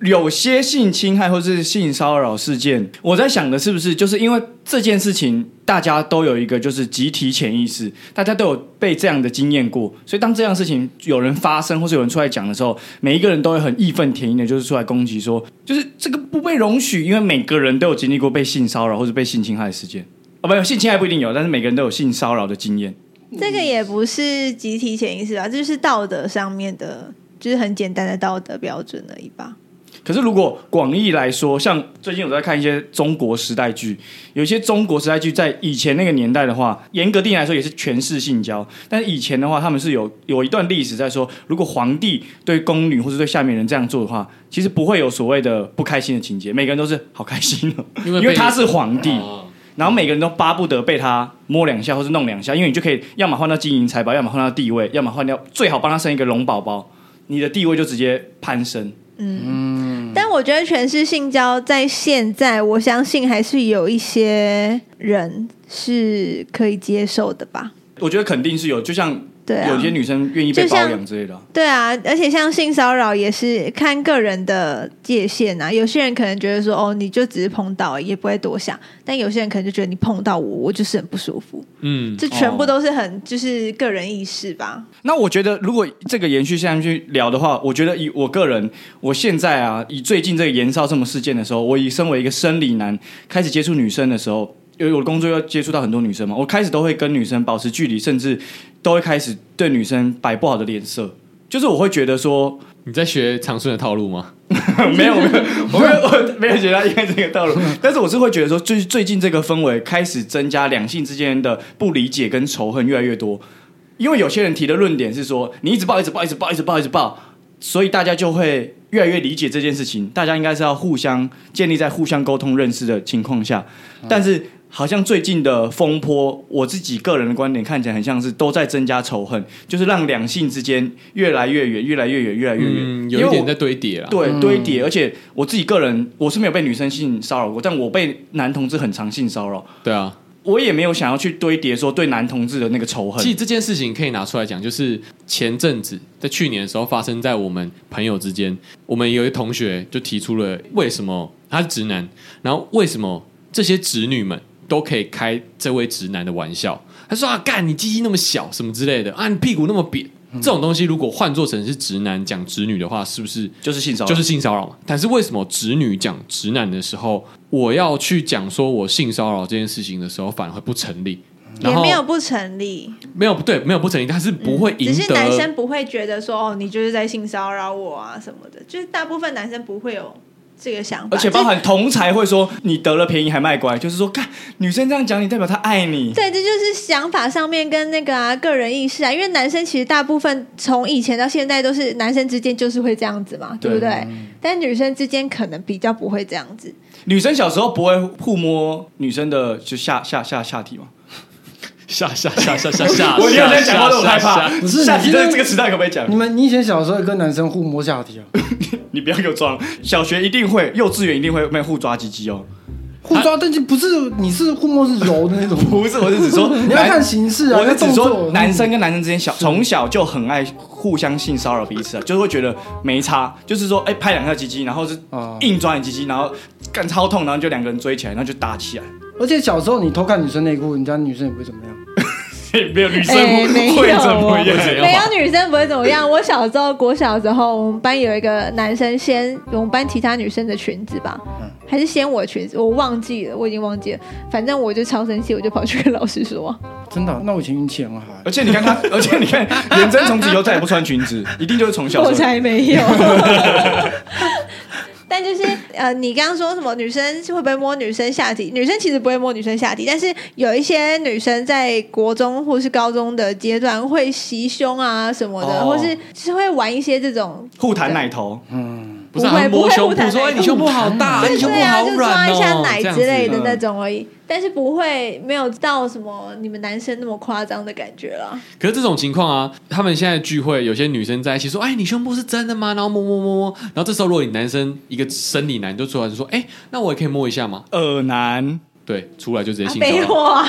B: 有些性侵害或是性骚扰事件，我在想的是不是就是因为这件事情，大家都有一个就是集体潜意识，大家都有被这样的经验过，所以当这样的事情有人发生或是有人出来讲的时候，每一个人都会很义愤填膺的，就是出来攻击说，就是这个不被容许，因为每个人都有经历过被性骚扰或者被性侵害的事件。哦，没有性侵害不一定有，但是每个人都有性骚扰的经验。
D: 这个也不是集体潜意识啊吧，这就是道德上面的，就是很简单的道德标准而已吧。
B: 可是如果广义来说，像最近我在看一些中国时代剧，有一些中国时代剧在以前那个年代的话，严格定义来说也是权势性交，但是以前的话，他们是有有一段历史在说，如果皇帝对宫女或是对下面人这样做的话，其实不会有所谓的不开心的情节，每个人都是好开心哦，
C: 因
B: 因
C: 为
B: 为
C: 被
B: 他是皇帝。
C: 哦
B: 然后每个人都巴不得被他摸两下或是弄两下，因为你就可以要么换到金银财宝，要么换到地位，要么换掉最好帮他生一个龙宝宝，你的地位就直接攀升。嗯
D: 但我觉得全是性交在现在，我相信还是有一些人是可以接受的吧。
B: 我觉得肯定是有，就像
D: 对啊
B: 有些女生愿意被
D: 就
B: 包
D: 像
B: 养之类的啊、
D: 对啊，而且像性骚扰也是看个人的界限啊。有些人可能觉得说，哦，你就只是碰到而已，也不会多想；但有些人可能就觉得你碰到我，我就是很不舒服。
C: 嗯，
D: 这全部
B: 哦
D: 都是很就是个人意识吧。
B: 那我觉得，如果这个延续下去聊的话，我觉得以我个人，我现在啊，以最近这个延烧这么事件的时候，我以身为一个生理男开始接触女生的时候，因为我的工作要接触到很多女生嘛，我开始都会跟女生保持距离，甚至都会开始对女生摆不好的脸色。就是我会觉得说，
C: 你在学长顺的套路吗？
B: 没有，没有，我没有，我没有觉得他应该这个 道路。但是我是会觉得说，最最近这个氛围开始增加两性之间的不理解跟仇恨越来越多，因为有些人提的论点是说，你一直抱，一直抱，一直抱，一直抱，一直抱，所以大家就会越来越理解这件事情。大家应该是要互相建立在互相沟通认识的情况下，
C: 嗯
B: 但是。好像最近的风波，我自己个人的观点看起来很像是都在增加仇恨，就是让两性之间越来越远，越来越远，越来越远。
C: 嗯，
B: 因
C: 有
B: 为
C: 一点
B: 我
C: 在堆叠啦。
B: 对
E: 嗯
B: 堆叠，而且我自己个人我是没有被女生性骚扰过，但我被男同志很常性骚扰，
C: 对啊，
B: 我也没有想要去堆叠说对男同志的那个仇
C: 其实
B: 恨。
C: 这件事情可以拿出来讲，就是前阵子在去年的时候发生在我们朋友之间，我们有一个同学就提出了为什么他是直男，然后为什么这些直女们都可以开这位直男的玩笑？他说啊，干你鸡鸡那么小什么之类的啊，你屁股那么扁，这种东西如果换做成是直男讲直女的话，是不是
B: 就是性骚扰，
C: 就是性骚扰嘛。但是为什么直女讲直男的时候，我要去讲说我性骚扰这件事情的时候，反而会不成立？然
D: 也
C: 后
D: 没有不成立，
C: 没有不对，没有不成立，但是哦不会赢
D: 嗯只
C: 得。
D: 是男生不会觉得说哦，你就是在性骚扰我啊什么的，就是大部分男生不会有这个想
B: 而
D: 法，
B: 且包含同才会说你得了便宜还卖乖，就是说看女生这样讲你，代表她爱你。
D: 对，这就是想法上面跟那个啊个人意识啊，因为男生其实大部分从以前到现在都是男生之间就是会这样子嘛，对不
B: 对
D: 对？
C: 嗯
D: 但女生之间可能比较不会这样子，
B: 女生小时候不会互摸女生的就下下下下体吗？
C: 下下下下下啊下，
B: 我没有在讲话，
C: 下
B: 我害怕。
E: 不是
B: 下体
E: 你这
B: 在
E: 个
B: 这个时代可不可以讲
E: 你？们你以前小时候也跟男生互摸下体啊，
B: 你不要给我装，小学一定会，幼稚园一定会被互抓鸡鸡哦。
E: 互抓，但是不是你是互摸是柔的那种，
B: 不是，我是只说
E: 你要看形式啊，
B: 我是
E: 要动
B: 只
E: 作
B: 说，男生跟男生之间小从小就很爱互相性骚扰彼此啊，就是会觉得没差，就是说哎、拍两下鸡鸡，然后是
E: 哦
B: 硬抓你鸡鸡，然后干超痛，然后就两个人追起来，然后就 打起来。
E: 而且小时候你偷看女生内裤，人家女生也不会怎么样。
B: 没有女生
D: 哎没有
B: 会怎么样？
C: 没有
D: 没有女生不会怎么样。我小时候，国小的时候，我们班有一个男生先我们班其他女生的裙子吧，
C: 嗯
D: 还是掀我的裙子，我忘记了，我已经忘记了。反正我就超生气，我就跑去跟老师说。
E: 真的啊、那我以前运气很好欸。
B: 而且你 看他，而且你看，颜真从此以后再也不穿裙子，一定就是从小 时
D: 我
B: 候。
D: 才没有。 但就是呃，你刚刚说什么女生会不会摸女生下体？女生其实不会摸女生下体，但是有一些女生在国中或是高中的阶段会袭胸啊什么的，
B: 哦
D: 或是是会玩一些这种
B: 互弹奶头，
E: 嗯，
C: 不是
D: 不会
C: 还摸胸
D: 不会
C: 部，说
D: 不会
C: 哎你胸部好大，
D: 对
C: 你胸部
D: 对啊，
C: 好
D: 就抓
C: 软
D: 一下
C: 哦，
D: 奶
C: 这样
D: 之类的
C: 子
D: 那种而已，但是不会没有到什么你们男生那么夸张的感觉了。
C: 可是这种情况啊，他们现在聚会，有些女生在一起说：“哎，你胸部是真的吗？”然后摸摸摸摸，然后这时候如果你男生一个生理男就出来就说：“哎，那我也可以摸一下吗
B: 耳男，？”
C: 对，出来就直接
D: 啊
C: 性 骚
D: 废
C: 扰。
D: 话，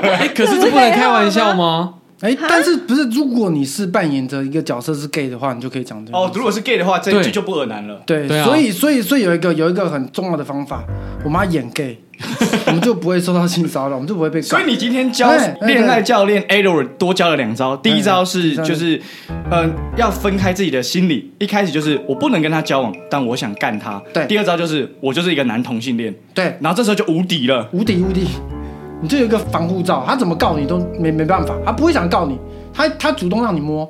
C: 哎，可是这不能开玩 笑吗？
E: 哎，但是不是如果你是扮演着一个角色是 gay 的话，你就可以讲这个
B: 哦，如果是 gay 的话，这
C: 对
B: 这就不恶男了。
E: 对，
C: 对啊
E: 所以所以所以有一个有一个很重要的方法，我妈演 gay，我们就不会受到性骚扰，我们就不会被告。
B: 所以你今天教
E: 哎哎
B: 恋爱教练 Edward 多教了两招，第一招是
E: 哎
B: 就是，嗯，要分开自己的心理，一开始就是我不能跟他交往，但我想干他。
E: 对
B: 第二招就是我就是一个男同性恋，
E: 对
B: 然后这时候就无敌了。
E: 无敌无敌，你就有一个防护罩，他怎么告你都没没办法，他不会想告你，他他主动让你摸，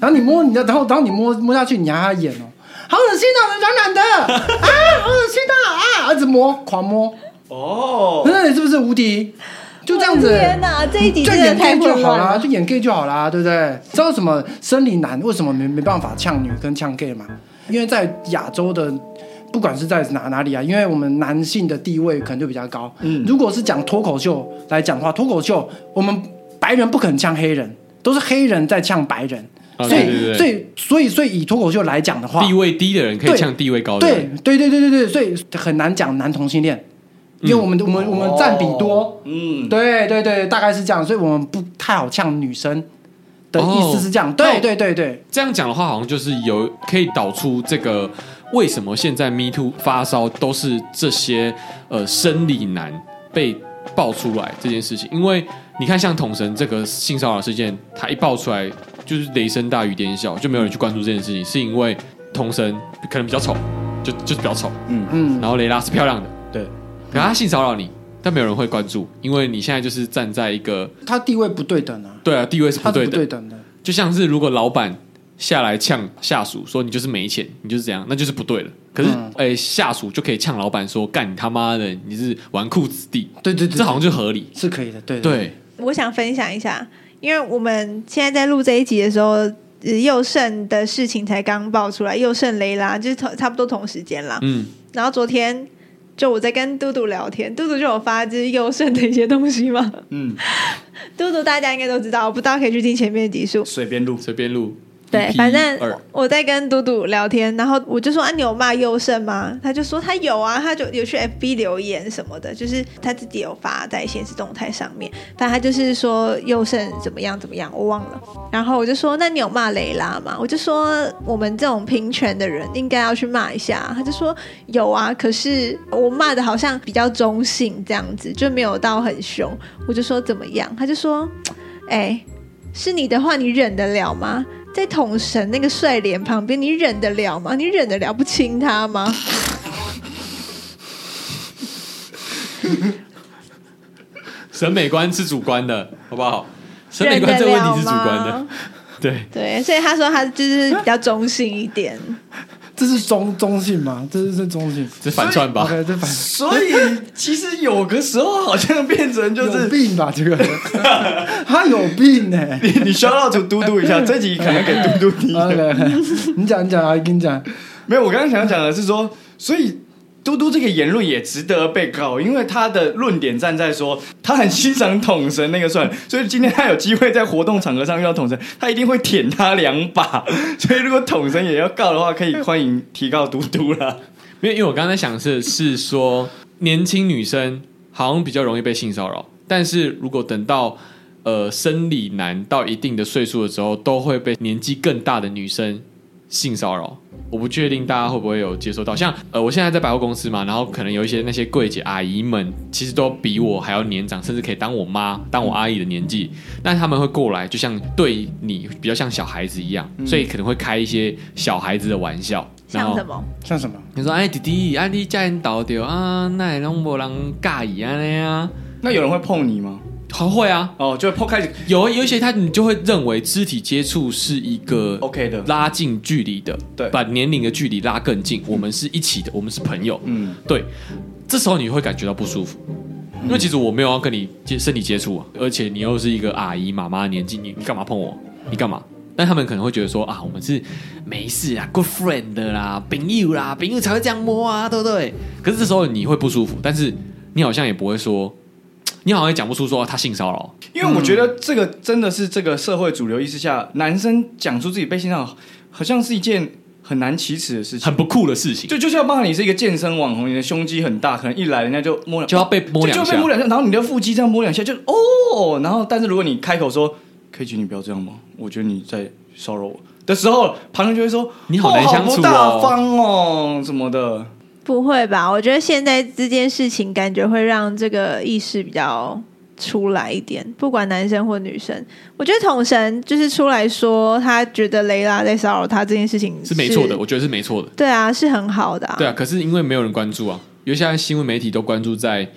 E: 然后你摸你的，然后然后你摸摸下去，你还要演哦，好恶心啊，软软的 啊，好恶心啊啊，一直摸狂摸，
B: 哦，
E: 那你是不是无敌？就这样子。
D: 天哪，这一集
E: 就
D: 真的
E: 演
D: 太
E: gay 就
D: 混
E: 好
D: 乱
E: 啦，
D: 了。
E: 就演 gay 就好啦，对不对？知道什么生理男为什么没没办法呛女跟呛 gay 嘛？因为在亚洲的，不管是在哪哪里啊，因为我们男性的地位可能就比较高。
B: 嗯
E: 如果是讲脱口秀来讲的话，脱口秀我们白人不肯呛黑人，都是黑人在呛白人，
C: 哦
E: 所以
C: 对对对
E: 所以所以所以以脱口秀来讲的话
C: 地，位低的人可以
E: 对
C: 呛地位高的
E: 对
C: 人，
E: 对对对对对，所以很难讲男同性恋，因为我们、我们我们占比多。
B: 嗯，
E: 对对对，大概是这样，所以我们不太好呛女生的意思是这样。
C: 哦
E: 对对对对，
C: 这样讲的话，好像就是有可以导出这个为什么现在 Me Too 发烧都是这些呃生理男被爆出来这件事情，因为你看像统神这个性骚扰事件，他一爆出来就是雷声大雨点小，就没有人去关注这件事情，是因为统神可能比较丑，就就是比较丑，
E: 嗯，
C: 然后雷拉是漂亮的，
B: 对，
C: 可他性骚扰你，但没有人会关注，因为你 现在就是站在一个
E: 他地位不对等啊，
C: 对啊地位是不
E: 他是
C: 对
E: 不
C: 的
E: 对，等的。
C: 就像是如果老板下来呛下属说你就是没钱，你就是这样，那就是不对了。可是，哎、
E: 嗯
C: 下属就可以呛老板说干你他妈的，你是纨绔子弟，
E: 对对对，
C: 这好像就合理。
E: 是可以的，对
C: 对，
D: 我想分享一下，因为我们现在在录这一集的时候，呃佑胜的事情才刚爆出来，佑胜雷拉就是同差不多同时间啦。
C: 嗯，
D: 然后昨天就我在跟嘟嘟聊天，嘟嘟就有发就是佑胜的一些东西嘛。
B: 嗯，
D: 嘟嘟大家应该都知道，不知道可以去听前面的集数。
B: 随便录。
C: 随便录。
D: 对，
C: EP
D: 反正
C: 二
D: 我在跟嘟嘟聊天，然后我就说啊，你有骂优胜吗？他就说他有啊，他就有去 FB 留言什么的，就是他自己有发在现实动态上面。反正他就是说优胜怎么样怎么样，我忘了。然后我就说，那你有骂雷拉吗？我就说我们这种平权的人应该要去骂一下。他就说有啊，可是我骂的好像比较中性这样子，就没有到很凶。我就说怎么样？他就说，哎、是你的话，你忍得了吗？在统神那个帅脸旁边，你忍得了吗？你忍得了不亲他吗？
C: 审美观是主观的，好不好？审美
D: 忍
C: 观
D: 得
C: 这个问
D: 了
C: 题是主观的
D: 吗，？
C: 对，
D: 对，所以他说他就是比较中性一点。
E: 这是中中性吗？这是这中性。
C: 这反串吧。
E: OK，这反
B: 所以其实有的时候好像变成就
E: 有
B: 是
E: 病吧？ 这个他有病呢、
B: 你你需要让主嘟嘟一下， 这集可能给嘟嘟听。
E: 哎 OK，你讲你讲啊，跟你讲，
B: 没有，我刚刚想讲的是说，所以嘟嘟这个言论也值得被告，因为他的论点站在说他很欣赏统神那个算，所以今天他有机会在活动场合上遇到统神，他一定会舔他两把。所以如果统神也要告的话，可以欢迎提告嘟嘟啦。
C: 因为因为我刚才想的是是说，年轻女生好像比较容易被性骚扰，但是如果等到呃生理男到一定的岁数的时候，都会被年纪更大的女生性骚扰。我不确定大家会不会有接收到，像呃，我现在在百货公司嘛，然后可能有一些那些柜姐阿姨们，其实都比我还要年长，甚至可以当我妈、当我阿姨的年纪，那他们会过来，就像对你比较像小孩子一样，所以可能会开一些小孩子的玩笑，然
D: 像
C: 后
D: 什么？
E: 像什么？
C: 你说哎弟弟，啊你家人倒掉啊，那也拢无人介意安尼啊，
B: 那有人会碰你吗？
C: 好会啊，
B: 哦，就会碰开始
C: 有有一些他你就会认为肢体接触是一个
B: 嗯 OK 的。
C: 拉近距离的，
B: 对
C: 把年龄的距离拉更近，我们是一起的，我们是朋友，
B: 嗯，
C: 对，这时候你会感觉到不舒服，因为其实我没有要跟你接身体接触啊，而且你又是一个阿姨妈妈的年纪，你你干嘛碰我？你干嘛？但他们可能会觉得说啊，我们是没事啊，good friend 的啦，朋友啦，朋友才会这样摸啊，对不对？可是这时候你会不舒服，但是你好像也不会说，你好像也讲不出说、啊他性骚扰，
B: 因为我觉得这个真的是这个社会主流意识下，男生讲出自己被性骚扰，好像是一件很很难启齿的事情
F: 很。不酷的事情。
B: 就就像包含你是一个健身网红，你的胸肌很大，可能一来人家就摸两
F: 就要被摸两
B: 就
F: 下
B: 就被摸两下，然后你的腹肌这样摸两下，就哦，然后但是如果你开口说“可以请你不要这样吗？我觉得你在骚扰我”的时候，旁人就会说：“
F: 你好难相处哦
B: 好不大方哦，什么的。
D: 不会吧？我觉得现在这件事情感觉会让这个意识比较出来一点，不管男生或女生。我觉得统神就是出来说，他觉得雷拉在骚扰他这件事情
C: 是没错的，我觉得是没错的。
D: 对啊，是很好的、啊。
C: 对啊，可是因为没有人关注啊，因为现在新闻媒体都关注在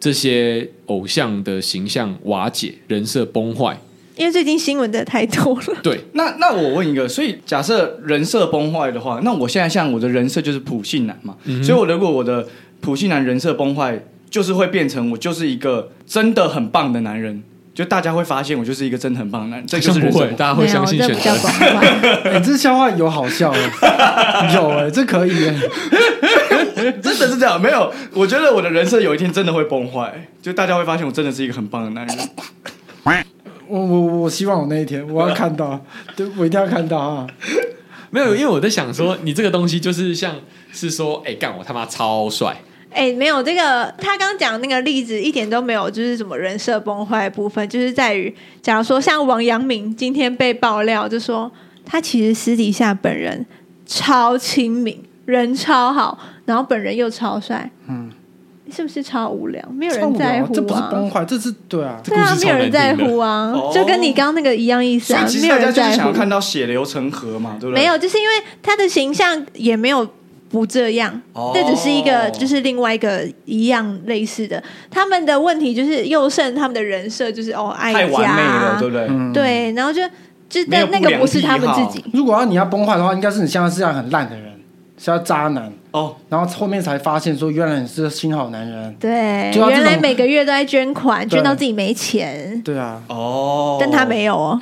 C: 这些偶像的形象瓦解、人设崩坏。
D: 因为最近新闻真的太多了。
C: 对，
B: 那那我问一个，所以假设人设崩坏的话，那我现在像我的人设就是普信男嘛，
C: 嗯
B: 所以我如果我的普信男人设崩坏，就是会变成我就是一个真的很棒的男人，就大家会发现我就是一个真的很棒的男人，这就是人
C: 不
B: 设崩，
C: 会
B: 坏。
C: 大家会相信
D: 没有
C: 选
D: 这比较
C: 择。
D: 广泛。
E: 哎，这笑话有好笑哎，有哎，这可以哎，
B: 真的是这样，没有，我觉得我的人设有一天真的会崩坏，就大家会发现我真的是一个很棒的男
D: 哎
B: 人。
E: 我我我希望有那一天，我要看到，对我一定要看到啊！
C: 没有，因为我在想说，你这个东西就是像是说，哎、干我他妈超帅，
D: 哎、没有这个，他刚讲那个例子一点都没有，就是什么人设崩坏的部分，就是在于，假如说像王阳明今天被爆料，就说他其实私底下本人超亲民，人超好，然后本人又超帅，
E: 嗯，
D: 是不是超无聊？没有
E: 超
D: 人
E: 无聊
D: 在乎啊，
E: 这不是崩坏，这是对啊，
D: 对啊，
C: 这故事超
D: 没有人在
C: 难听的
D: 乎啊
B: 哦，
D: 就跟你刚刚那个一样意思
B: 所
D: 啊
B: 以其，
D: 没
B: 实
D: 有
B: 大家
D: 人
B: 就是
D: 在
B: 想要
D: 乎。
B: 看到血流成河嘛，对不对？
D: 没有，就是因为他的形象也没有不这样，
B: 哦
D: 这只是一个，就是另外一个一样类似的。他们的问题就是佑胜他们的人设就是哦爱
B: 太
D: 家
B: 完美了，
D: 啊
B: 对，不对？
E: 嗯，。
D: 对，然后就就
B: 没有
D: 但那个
B: 不良
D: 不是
B: 癖
D: 他们
B: 好
D: 自己，
E: 如果要你要崩坏的话，应该是你现在是这样很烂的人，是要渣男，
B: 哦，
E: 然后后面才发现说原来你是个心好男人。
D: 对，
E: 就要这
D: 原来
E: 种
D: 每个月都在捐款，
E: 对
D: 捐到自己没钱，
E: 对 啊，
B: 哦，
D: 但他没 有哦，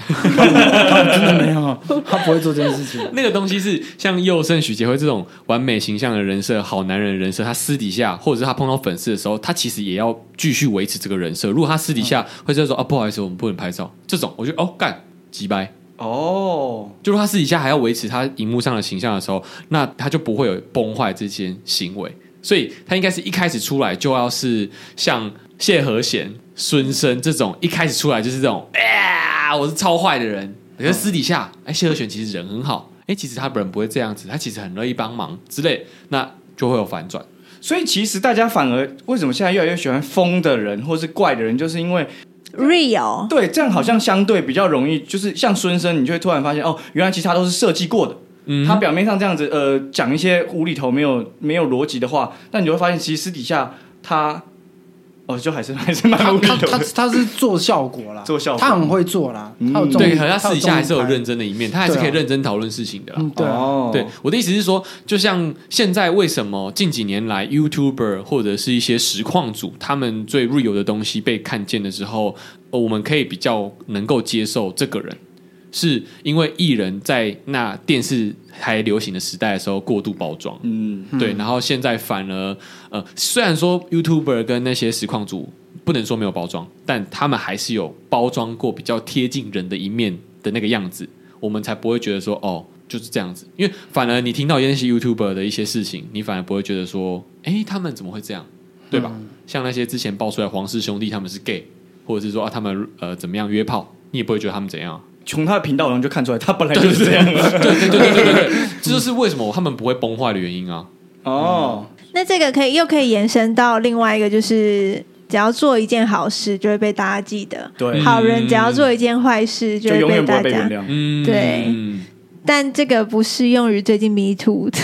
E: 真的没有，他不会做这件事 情。
C: 那个东西是像佑胜、许杰辉这种完美形象的人设、好男人的人设，他私底下或者是他碰到粉丝的时候，他其实也要继续维持这个人设。如果他私底下会这样说啊，不好意思，我们不能拍照，这种我觉得哦干鸡掰。
B: 哦，
C: 就是他私底下还要维持他荧幕上的形象的时候，那他就不会有崩坏这些行为，所以他应该是一开始出来就要是像谢和弦、孙生这种一开始出来就是这种，哎、呀，我是超坏的人，可是私底下，哎、谢和弦其实人很好，哎、其实他本人不会这样子，他其实很乐意帮忙之类，那就会有反转。
B: 所以其实大家反而为什么现在越来越喜欢疯的人或是怪的人，就是因为
D: real。
B: 对这样好像相对比较容易，就是像孙生，你就会突然发现哦，原来其实他都是设计过的。
C: 嗯，
B: 他表面上这样子，呃，讲一些无厘头、没有没有逻辑的话，但你会发现，其实私底下他，哦，就还是还是蛮
E: 他
B: 无厘
E: 他
B: 头
E: 他
B: 的。
E: 他是做效果啦，
B: 做效果
E: 他很会做啦，
B: 嗯
E: 他有重力
C: 对，可是他私底下还是有
E: 他重
C: 认
E: 力
C: 真的一面，他还是可
E: 对
C: 以
E: 啊
C: 认真讨论事情的啦
E: 派。嗯，对啊，
B: 哦
C: 对，我的意思是说，就像现在为什么近几年来 YouTuber 或者是一些实况组，他们最 real 的东西被看见的时候，呃我们可以比较能够接受这个人，是因为艺人在那电视还流行的时代的时候过度包装，
B: 嗯，
C: 对，然后现在反而呃，虽然说 YouTuber 跟那些实况组不能说没有包装，但他们还是有包装过比较贴近人的一面的那个样子，我们才不会觉得说哦就是这样子，因为反而你听到一些 YouTuber 的一些事情，你反而不会觉得说哎他们怎么会这样，对吧？
E: 嗯
C: 像那些之前爆出来黄氏兄弟他们是 gay，或者是说啊他们呃怎么样约炮，你也不会觉得他们怎样啊、
B: 从他的频道好像就看出来，他本来就是这样了。
C: 对对对对对对，这就是为什么他们不会崩坏的原因啊。
B: 哦，
D: 那这个可以又可以延伸到另外一个，就是只要做一件好事，就会被大家记得。
B: 对，
D: 好人只要做一件坏事，
B: 就
D: 会
B: 永远不
D: 大
B: 会被原
D: 家。
B: 谅。
C: 嗯，
D: 对但这个不适用于最近 Me Too 的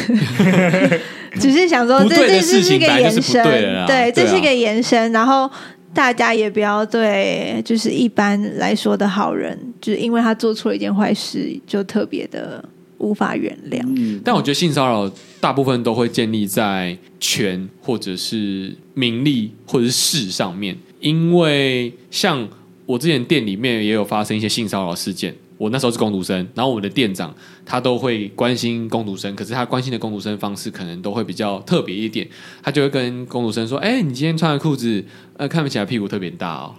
D: 只是想说
C: 不
D: 这
C: 对的
D: 这这
C: 事
D: 是
C: 情
D: 一个
C: 本来就
D: 延
C: 是
D: 伸
C: 不对的啦，对啊
D: 这是一个延伸。然后大家也不要对，就是一般来说的好人，就是因为他做错了一件坏事，就特别的无法原谅。
B: 嗯，
C: 但我觉得性骚扰大部分都会建立在权或者是名利或者是势上面，因为像我之前店里面也有发生一些性骚扰事件。我那时候是工读生，然后我们的店长他都会关心工读生，可是他关心的工读生方式可能都会比较特别一点，他就会跟工读生说：“哎、你今天穿的裤子，呃，看不起来屁股特别大哦。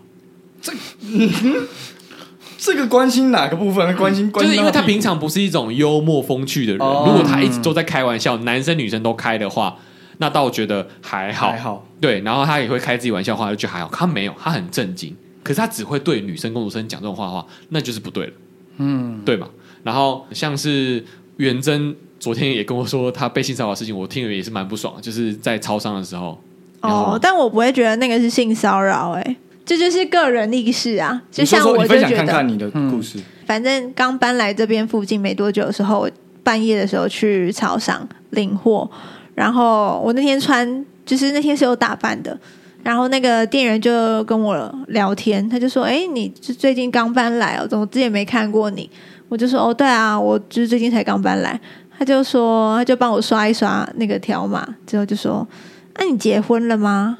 B: 这个关心哪个部分？关心关
C: 就
B: 心
C: 是因
B: 到
C: 为他
B: 屁股
C: 平常不是一种幽默风趣的人，
B: 哦
C: 如果他一直都在开玩笑，男生女生都开的话，那倒觉得还好。
B: 还好，
C: 对，然后他也会开自己玩笑话，就觉得还好。他没有，他很震惊，可是他只会对女生、公主生讲这种话的话，那就是不对了，
E: 嗯，
C: 对嘛？然后像是元真昨天也跟我说他被性骚扰的事情，我听了也是蛮不爽，就是在超商的时候。
D: 哦，但我不会觉得那个是性骚扰，哎，这就是个人意识啊。就
B: 你说
D: 像
B: 说
D: 我
B: 你
D: 就
B: 分
D: 觉
B: 享
D: 得，
B: 看看你的故事，
D: 反正刚搬来这边附近没多久的时候，我半夜的时候去超商领货，然后我那天穿就是那天是有打扮的，然后那个店员就跟我聊天，他就说：“哎，你是最近刚搬来哦，怎么之前没看过你？”我就说：“哦，对啊，我就是最近才刚搬来。”他就说，他就帮我刷一刷那个条码，之后就说：“那、你结婚了吗？”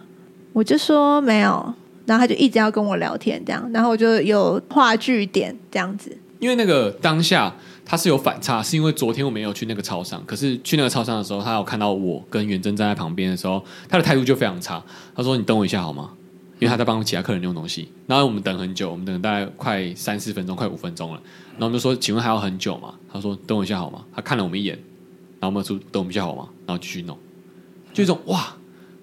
D: 我就说没有，然后他就一直要跟我聊天，这样，然后我就有话剧点这样子。
C: 因为那个当下他是有反差，是因为昨天我没有去那个超商，可是去那个超商的时候，他有看到我跟元真站在旁边的时候，他的态度就非常差。他说：“你等我一下好吗？”因为他在帮其他客人用东西，然后我们等很久，我们等了大概快三四分钟，快五分钟了。然后我们就说：“请问还要很久吗？”他说：“等我一下好吗？”他看了我们一眼，然后我们说：“等我们一下好吗？”然后继续弄，就一种哇，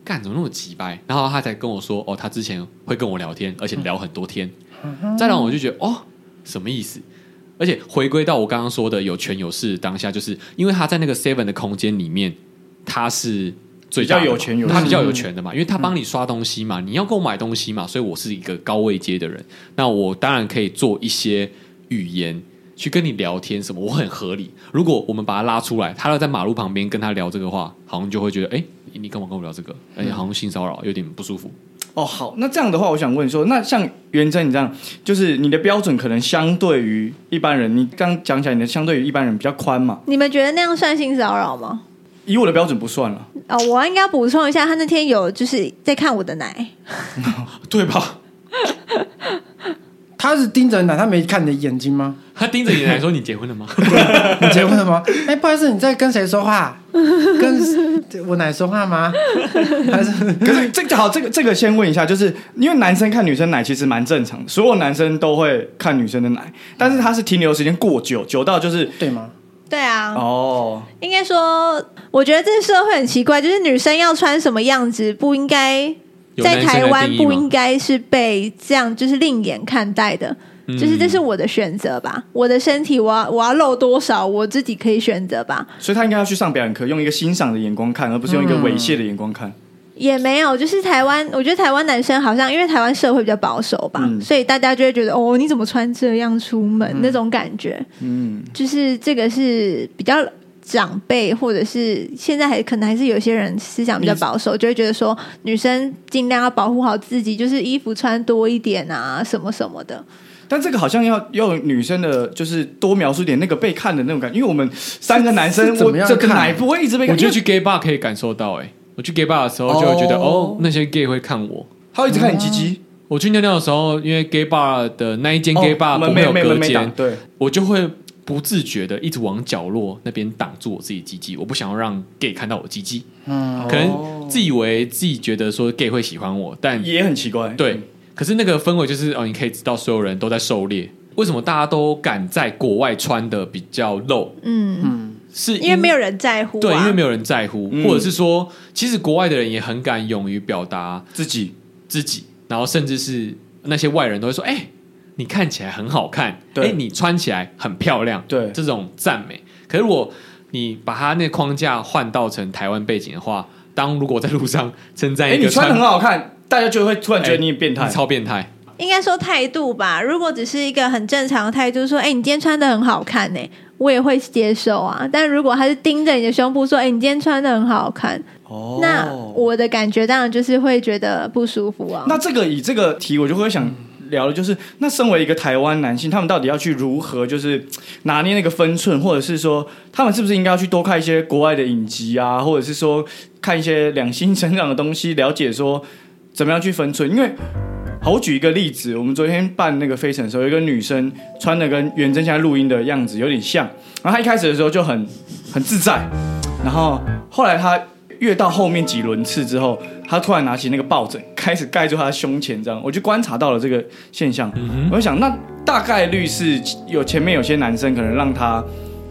C: 干怎么那么急掰？然后他才跟我说：“哦，他之前会跟我聊天，而且聊很多天。再让我就觉得哦，什么意思？而且回归到我刚刚说的有权有势的当下，就是因为他在那个 seven 的空间里面，他是最大的
B: 比较有
C: 嘛
B: 权有势嗯
C: 他比较有权的嘛，因为他帮你刷东西嘛，你要给我买东西嘛，所以我是一个高位阶的人，那我当然可以做一些语言。去跟你聊天什么，我很合理。如果我们把他拉出来，他要在马路旁边跟他聊这个话，好像就会觉得，哎、你干嘛跟我聊这个？而
B: 嗯
C: 且好像性骚扰，有点不舒服。
B: 哦，好，那这样的话，我想问说，那像元真你这样，就是你的标准可能相对于一般人，你刚讲起来，你的相对于一般人比较宽嘛？
D: 你们觉得那样算性骚扰吗？
B: 以我的标准不算了，
D: 哦，我应该补充一下，他那天有就是在看我的奶，
C: 对吧？
E: 他是盯着你奶，他没看你的眼睛 吗？
C: 他盯着你来说：“你结婚了吗？”
E: 你结婚了吗？哎、不好意思，你在跟谁说话？跟 我奶说话吗？还是
B: 可是这个好，这个这个先问一下，就是因为男生看女生奶其实蛮正常的，所有男生都会看女生的奶，但是他是停留时间过久，久到就是
E: 对吗？
D: 对啊，
B: 哦，
D: 应该说，我觉得这个社会很奇怪，就是女生要穿什么样子，不应该
C: 有
D: 在
C: 男生
D: 台
C: 来
D: 湾
C: 定义
D: 不
C: 吗
D: 应该是被这样就是另眼看待的。
C: 嗯
D: 就是这是我的选择吧，我的身体我要我要露多少，我自己可以选择吧。
B: 所以他应该要去上表演课，用一个欣赏的眼光看，而不是用一个
D: 嗯
B: 猥亵的眼光看。
D: 也没有，就是台湾，我觉得台湾男生好像因为台湾社会比较保守吧，
B: 嗯
D: 所以大家就会觉得哦，你怎么穿这样出门、那种感觉，
B: 嗯，
D: 就是这个是比较长辈或者是现在还可能还是有些人思想比较保
C: 嗯
D: 守，就会觉得说女生尽量要保护好自己，就是衣服穿多一点啊，什么什么的。
B: 但这个好像要要有女生的，就是多描述点那个被看的那种感觉，因为我们三个男生，
E: 是怎
B: 我
E: 么样
B: 这个
E: 看
B: 奶不会一直被看，
C: 我觉 得
B: 因为
C: 去 gay bar 可以感受到、欸，我去 gay bar 的时候就会觉得，
B: 哦
C: 哦，那些 gay 会看我。
B: 他会一直看你鸡鸡，
C: 我去尿尿的时候，因为 gay bar 的那一间
B: 哦
C: gay bar
B: 门
C: 不会
B: 没
C: 有
B: 没
C: 隔
B: 门没挡
C: 间，
B: 对，
C: 我就会不自觉的一直往角落那边挡住我自己鸡鸡，我不想要让 gay 看到我鸡鸡，
B: 哦
E: 嗯，
C: 可能自以为自己觉得说 gay 会喜欢我，但
B: 也很奇怪，
C: 对，可是那个氛围就是哦，你可以知道所有人都在狩猎。为什么大家都敢在国外穿的比较露？
D: 嗯，
C: 是
D: 因为没有人在乎、啊，
C: 对，因为没有人在乎，
B: 嗯
C: 或者是说，其实国外的人也很敢勇于表达
B: 自己
C: 自己，然后甚至是那些外人都会说：“哎、你看起来很好看，哎、
B: 对
C: 你穿起来很漂亮。”
B: 对
C: 这种赞美。可是如果你把它那框架换到成台湾背景的话，当如果在路上称赞
B: 哎，
C: 一个哎
B: 你穿的很好看，大家就会突然觉得你很变态
C: 你，超变态，
D: 应该说态度吧。如果只是一个很正常的态度，说“哎、你今天穿的很好看、呢，我也会接受啊。但如果他是盯着你的胸部说“哎、你今天穿的很好看”，
B: 哦
D: 那我的感觉当然就是会觉得不舒服啊。
B: 那这个以这个题，我就会想聊的就是，那身为一个台湾男性，他们到底要去如何就是拿啊捏那个分寸，或者是说，他们是不是应该要去多看一些国外的影集啊，或者是说看一些两性成长的东西，了解说怎么样去分寸？因为好，我举一个例子，我们昨天办那个飞城的时候，有一个女生穿的跟元真现在录音的样子有点像，然后她一开始的时候就很很自在，然后后来她越到后面几轮次之后，他突然拿起那个抱枕，开始盖住他的胸前，这样我就观察到了这个现象。
C: 嗯
B: 我就想，那大概率是有前面有些男生可能让他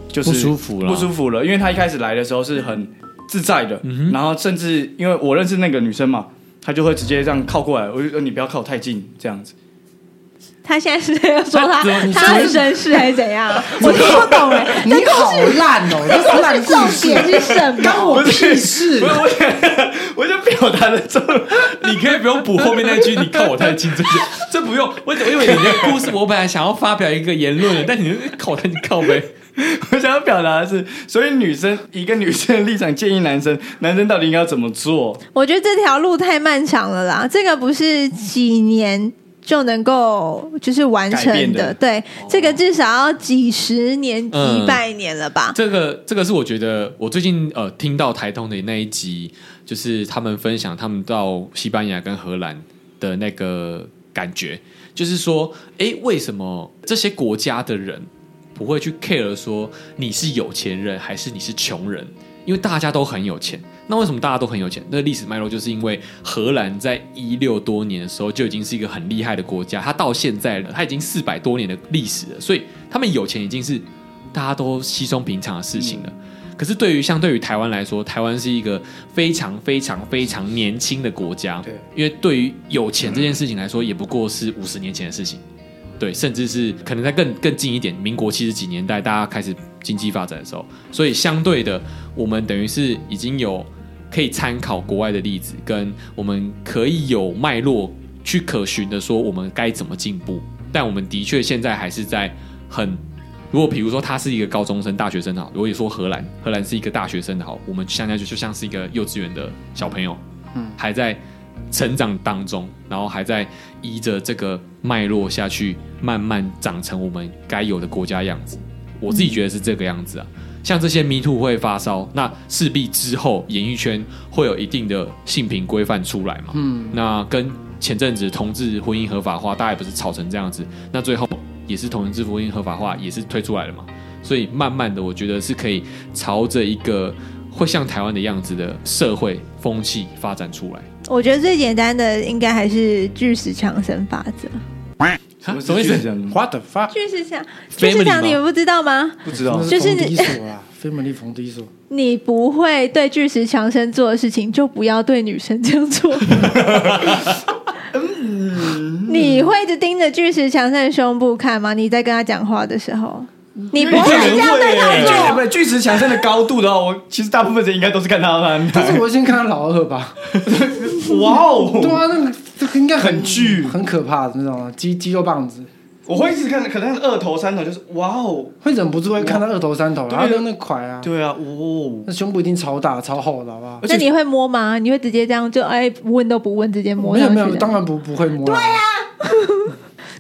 B: 就是
C: 不舒服啦
B: 不舒服了，因为他一开始来的时候是很自在的，
C: 嗯
B: 然后甚至因为我认识那个女生嘛，她就会直接这样靠过来，我就说你不要靠太近这样子。
D: 他现在是要说他
C: 怎么你
D: 他很绅士还是怎样？我听不懂哎、
E: 你好烂哦，这是烂故
D: 重
E: 事，
D: 点是什么？
E: 关我屁事
B: 不！是，我想我就表达了这种
C: 你可以不用补后面那句，你靠我太近，这句这不用。 我我以为你的故事，我本来想要发表一个言论的，但你靠我太近靠呗。
B: 我想要表达的是，所以女生一个女生的立场建议男生，男生到底应该要怎么做？
D: 我觉得这条路太漫长了啦，这个不是几年就能够就是完成
B: 改变
D: 的
B: 的
D: 对，这个至少要几十年、几百年了吧？
C: 这个这个是我觉得我最近呃听到台通的那一集，就是他们分享他们到西班牙跟荷兰的那个感觉，就是说，哎，为什么这些国家的人不会去 care 说你是有钱人还是你是穷人？因为大家都很有钱。那为什么大家都很有钱？那个历史脉络就是因为荷兰在一六多年的时候就已经是一个很厉害的国家，它到现在了，它已经四百多年的历史了，所以他们有钱已经是大家都稀松平常的事情了。可是对于相对于台湾来说，台湾是一个非常非常非常年轻的国家，
A: 对，
C: 因为对于有钱这件事情来说，也不过是五十年前的事情。对，甚至是可能在更更近一点，民国七十几年代，大家开始经济发展的时候，所以相对的，我们等于是已经有可以参考国外的例子，跟我们可以有脉络去可循的说我们该怎么进步。但我们的确现在还是在很，如果比如说他是一个高中生、大学生好，如果你说荷兰，荷兰是一个大学生好，我们现在就就像是一个幼稚园的小朋友，还在成长当中，然后还在依着这个脉络下去，慢慢长成我们该有的国家样子。我自己觉得是这个样子啊。像这些 Me Too 会发烧，那势必之后演艺圈会有一定的性平规范出来嘛。嗯，那跟前阵子同志婚姻合法化，大家也不是吵成这样子，那最后也是同志婚姻合法化也是推出来了嘛。所以慢慢的，我觉得是可以朝着一个会像台湾的样子的社会风气发展出来。
D: 我觉得最简单的应该还是巨石强森法则。
C: 什
B: 我
C: 么
B: 是
C: 什么意
B: 觉得
C: 思
B: 这？样子
E: ？What the fuck？
D: 巨石强，巨
C: Family
D: 石强，
C: 吗
D: 你们不知道吗？
B: 不知道，
D: 就是
E: 那是逢低所 啊，非门利逢低所。
D: 你不会对巨石强森做的事情，就不要对女生这 样做。你会一直盯着巨石强森的胸部看吗？你在跟他讲话的时候，
E: 嗯
D: 你不会这样
B: 哎
D: 对他
B: 巨
D: 做。
B: 不是巨石强森的高度的话，我其实大部分人应该都是看他的。
E: 但是我先看他老二吧。
B: 哇
E: 对
B: 哦！嗯
E: 啊，那个这个应该
B: 很巨
E: 很可怕的那种啊肌肌肉棒子，
B: 我会一直看，可能二头三头就是哇哦，
E: 会忍不住会看到二头三头，
B: 对
E: 然后就那块啊，
B: 对啊，哦，
E: 那胸部一定超大超厚的，好不好？
D: 那你会摸吗？你会直接这样就哎问都不问直接摸
E: 没
D: 上
E: 有
D: 去
E: 没
D: 的？
E: 有，当然不不会摸。对呀，
D: 啊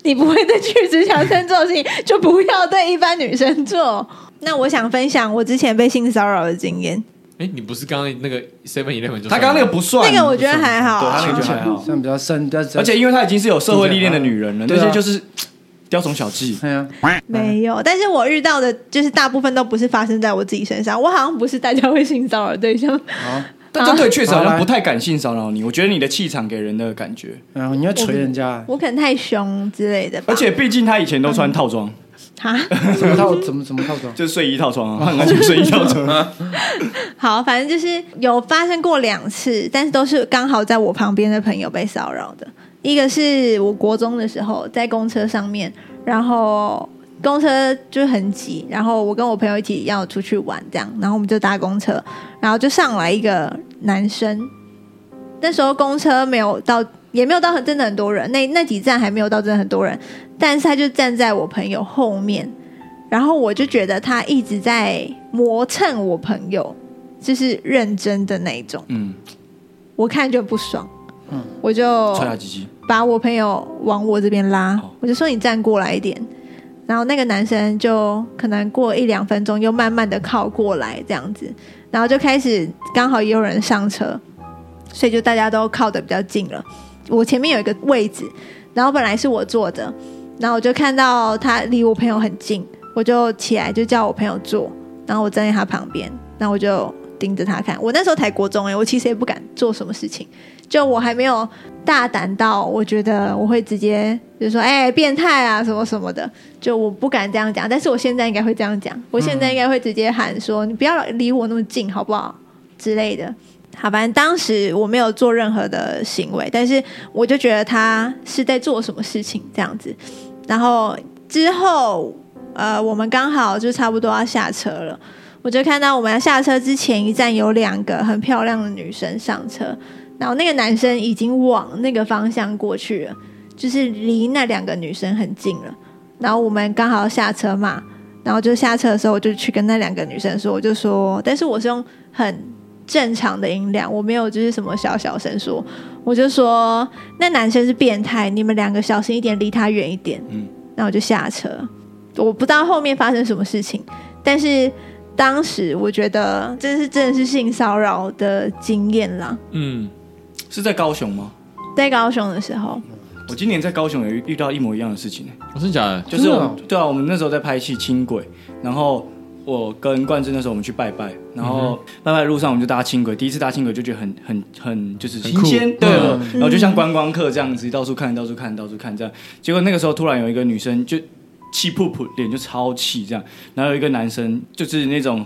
D: 你不会对巨石强森做的事情， 就不要对一般女生做。那我想分享我之前被性骚扰的经验，
C: 哎、你不是刚刚那个 Seven Eleven 就
B: 他刚刚那个不算，
D: 那个我觉得还好
B: 对他那
D: 啊
B: 个。就还好，
E: 像比较深，比较深
B: 而且因为他已经是有社会历练的女人了，
E: 对
B: 那
E: 啊
B: 些就是雕虫小技。
E: 哎呀，
D: 没有，但是我遇到的就是大部分都不是发生在我自己身上，我好像不是大家会性骚扰的对象。
E: 好，
B: 但
D: 啊
B: 针对确实好
E: 好
B: 像
E: 来
B: 不太敢性骚扰你，我觉得你的气场给人的感觉，
E: 然哎后你要捶人家，
D: 我可能太凶之类的吧。
B: 而且毕竟他以前都穿套装，
D: 啊，
E: 怎么套怎么怎么套 装？
B: 就是睡衣套装啊，他很爱穿睡衣套装啊。
D: 好，反正就是有发生过两次，但是都是刚好在我旁边的朋友被骚扰的。一个是我国中的时候在公车上面，然后公车就是很挤，然后我跟我朋友一起要出去玩这样，然后我们就搭公车，然后就上来一个男生。那时候公车没有到，也没有到很真的很多人，那那几站还没有到真的很多人，但是他就站在我朋友后面，然后我就觉得他一直在磨蹭我朋友，就是认真的那一种，
B: 嗯，
D: 我看就不爽，
E: 嗯
D: 我就
B: 踹他鸡鸡，
D: 把我朋友往我这边拉，
B: 哦
D: 我就说你站过来一点。然后那个男生就可能过一两分钟，又慢慢的靠过来这样子，然后就开始刚好也有人上车，所以就大家都靠得比较近了。我前面有一个位置，然后本来是我坐的，然后我就看到他离我朋友很近，我就起来就叫我朋友坐，然后我站在他旁边，然后我就盯着他看。我那时候才国中哎、我其实也不敢做什么事情，就我还没有大胆到我觉得我会直接就说哎、变态啊什么什么的，就我不敢这样讲。但是我现在应该会这样讲，我现在应该会直接喊说、你不要离我那么近好不好之类的。好，反正当时我没有做任何的行为，但是我就觉得他是在做什么事情这样子。然后之后，呃，我们刚好就差不多要下车了，我就看到我们要下车之前一站有两个很漂亮的女生上车，然后那个男生已经往那个方向过去了，就是离那两个女生很近了。然后我们刚好下车嘛，然后就下车的时候，我就去跟那两个女生说，我就说，但是我是用很正常的音量，我没有就是什么小小声说，我就说那男生是变态，你们两个小心一点，离他远一点。嗯，那我就下车，我不知道后面发生什么事情，但是当时我觉得这是真的是性骚扰的经验啦，
C: 嗯，
B: 是在高雄吗？
D: 在高雄的时候，
B: 我今年在高雄也遇到一模一样的事情、
C: 我真假的？
B: 就是我
E: 真的
B: 们对啊，我们那时候在拍戏《轻轨》，然后我跟冠之那时候我们去拜拜，然后拜拜路上我们就搭轻轨，第一次搭轻轨就觉得很很很就是
C: 很
B: 新鲜，
C: 酷
B: 对
C: 嗯
B: 然后就像观光客这样子到处看到处看到处看这样，结果那个时候突然有一个女生就气噗噗，脸就超气这样，然后有一个男生就是那种。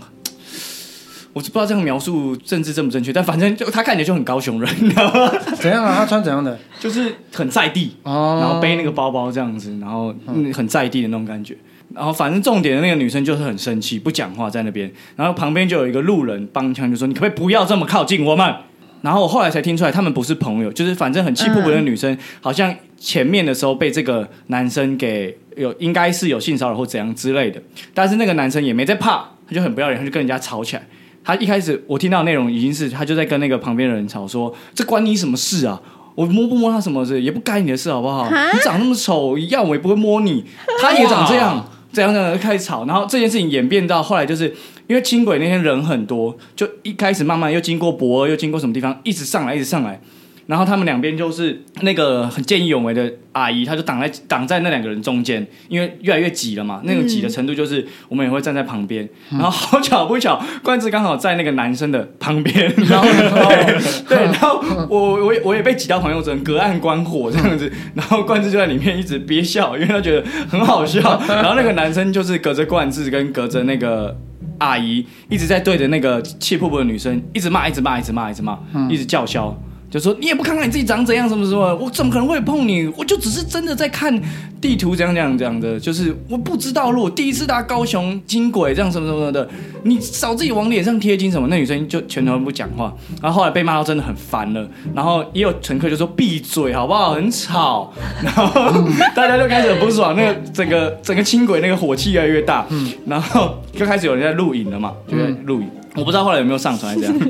B: 我不知道这样描述政治正不正确，但反正就他看起来就很高雄人，你知道吗？
E: 怎样啊？他穿怎样的？
B: 就是很在地，
E: 哦，
B: 然后背那个包包这样子，然后嗯很在地的那种感觉。然后反正重点的那个女生就是很生气，不讲话在那边。然后旁边就有一个路人帮腔就说：“你可不可以不要这么靠近我们？”然后我后来才听出来，他们不是朋友，就是反正很气不不的女生，好像前面的时候被这个男生给有应该是有性骚扰或怎样之类的，但是那个男生也没在怕，他就很不要脸，他就跟人家吵起来。他一开始我听到的内容已经是他就在跟那个旁边的人吵说：“这关你什么事啊？我摸不摸他什么事也不干你的事，好不好？
D: 哈
B: 你长那么丑，要我也不会摸你。他也长这样，这样这样开始吵，然后这件事情演变到后来就是。”因为轻轨那天人很多，就一开始慢慢又经过博尔，又经过什么地方，一直上来，一直上来。然后他们两边就是那个很见义勇为的阿姨，她就挡在挡在那两个人中间，因为越来越挤了嘛，那种挤的程度就是我们也会站在旁边。然后好巧不巧，冠志刚好在那个男生的旁边，然后对对，然后我我也我也被挤到旁边，我只能隔岸观火这样子。然后冠志就在里面一直憋笑，因为他觉得很好笑。然后那个男生就是隔着冠志跟隔着那个阿姨一直在对着那个气噗噗的女生一直骂，一直骂，一直骂，一直骂，一直叫嚣，就说你也不看看你自己长怎样，什么什么，我怎么可能会碰你？我就只是真的在看地图，怎样怎样怎样的，就是我不知道路，我第一次搭高雄轻轨，这样什么什么什么的，你少自己往脸上贴金什么。那女生就全程不讲话，然后后来被骂到真的很烦了，然后也有乘客就说闭嘴好不好，很吵，然后 大家就开始很不爽，那个整个整个轻轨那个火气越来越大，然后就开始有人在录影了嘛，就在录影。我不知道后来有没有上传还是怎样，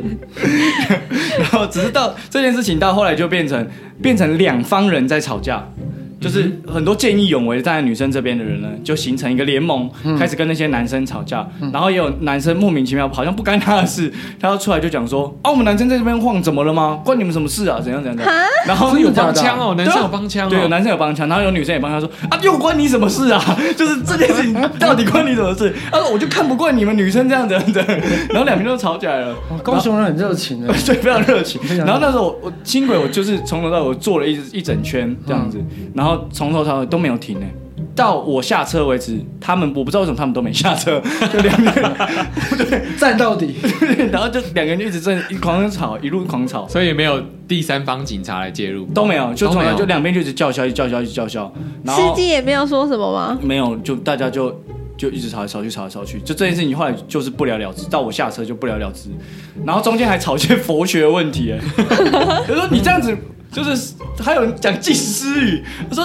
B: 然后只是到这件事情到后来就变成变成两方人在吵架，就是
C: 嗯
B: 很多见义勇为站在女生这边的人呢，就形成一个联盟，
C: 嗯
B: 开始跟那些男生吵架，然后也有男生莫名其妙好像不干他的事，他要出来就讲说啊我们男生在这边晃怎么了吗？关你们什么事啊？怎样怎样怎样？然后
C: 哦有
E: 真的假
C: 帮
E: 的
C: 腔哦，男生有帮腔哦，
B: 对，啊有男生有帮腔，然后有女生也帮他说啊，又关你什么事啊？ 就是这件事情到底关你什么事？他说我就看不惯你们女生这样子，这样子然后两边都吵起来了。，
E: 哦高雄人很热情的
B: 对，非常热情
E: 非。常热情
B: 然后那时候我我轻轨，我就是从头到尾我坐了一一整圈这样子，
E: 嗯
B: 然后从头到尾都没有停呢、欸到我下车为止，他们我不知道为什么他们都没下车，就两个
E: 站到底。
B: 人，然后就两个人就一直在一狂吵，一路狂吵，
C: 所以也没有第三方警察来介入，
B: 都没有，就
C: 都
B: 从
C: 没有
B: 来就两边就一直叫嚣，一直叫嚣，一直叫嚣，然
D: 司
B: 后
D: 机也没有说什么吗？
B: 没有，就大家就就一直吵来吵去，吵来吵去，就这件事情后来就是不了了之，到我下车就不了了之，然后中间还吵一些佛学问题、哎，我说你这样子就是还有人讲近思语，我说。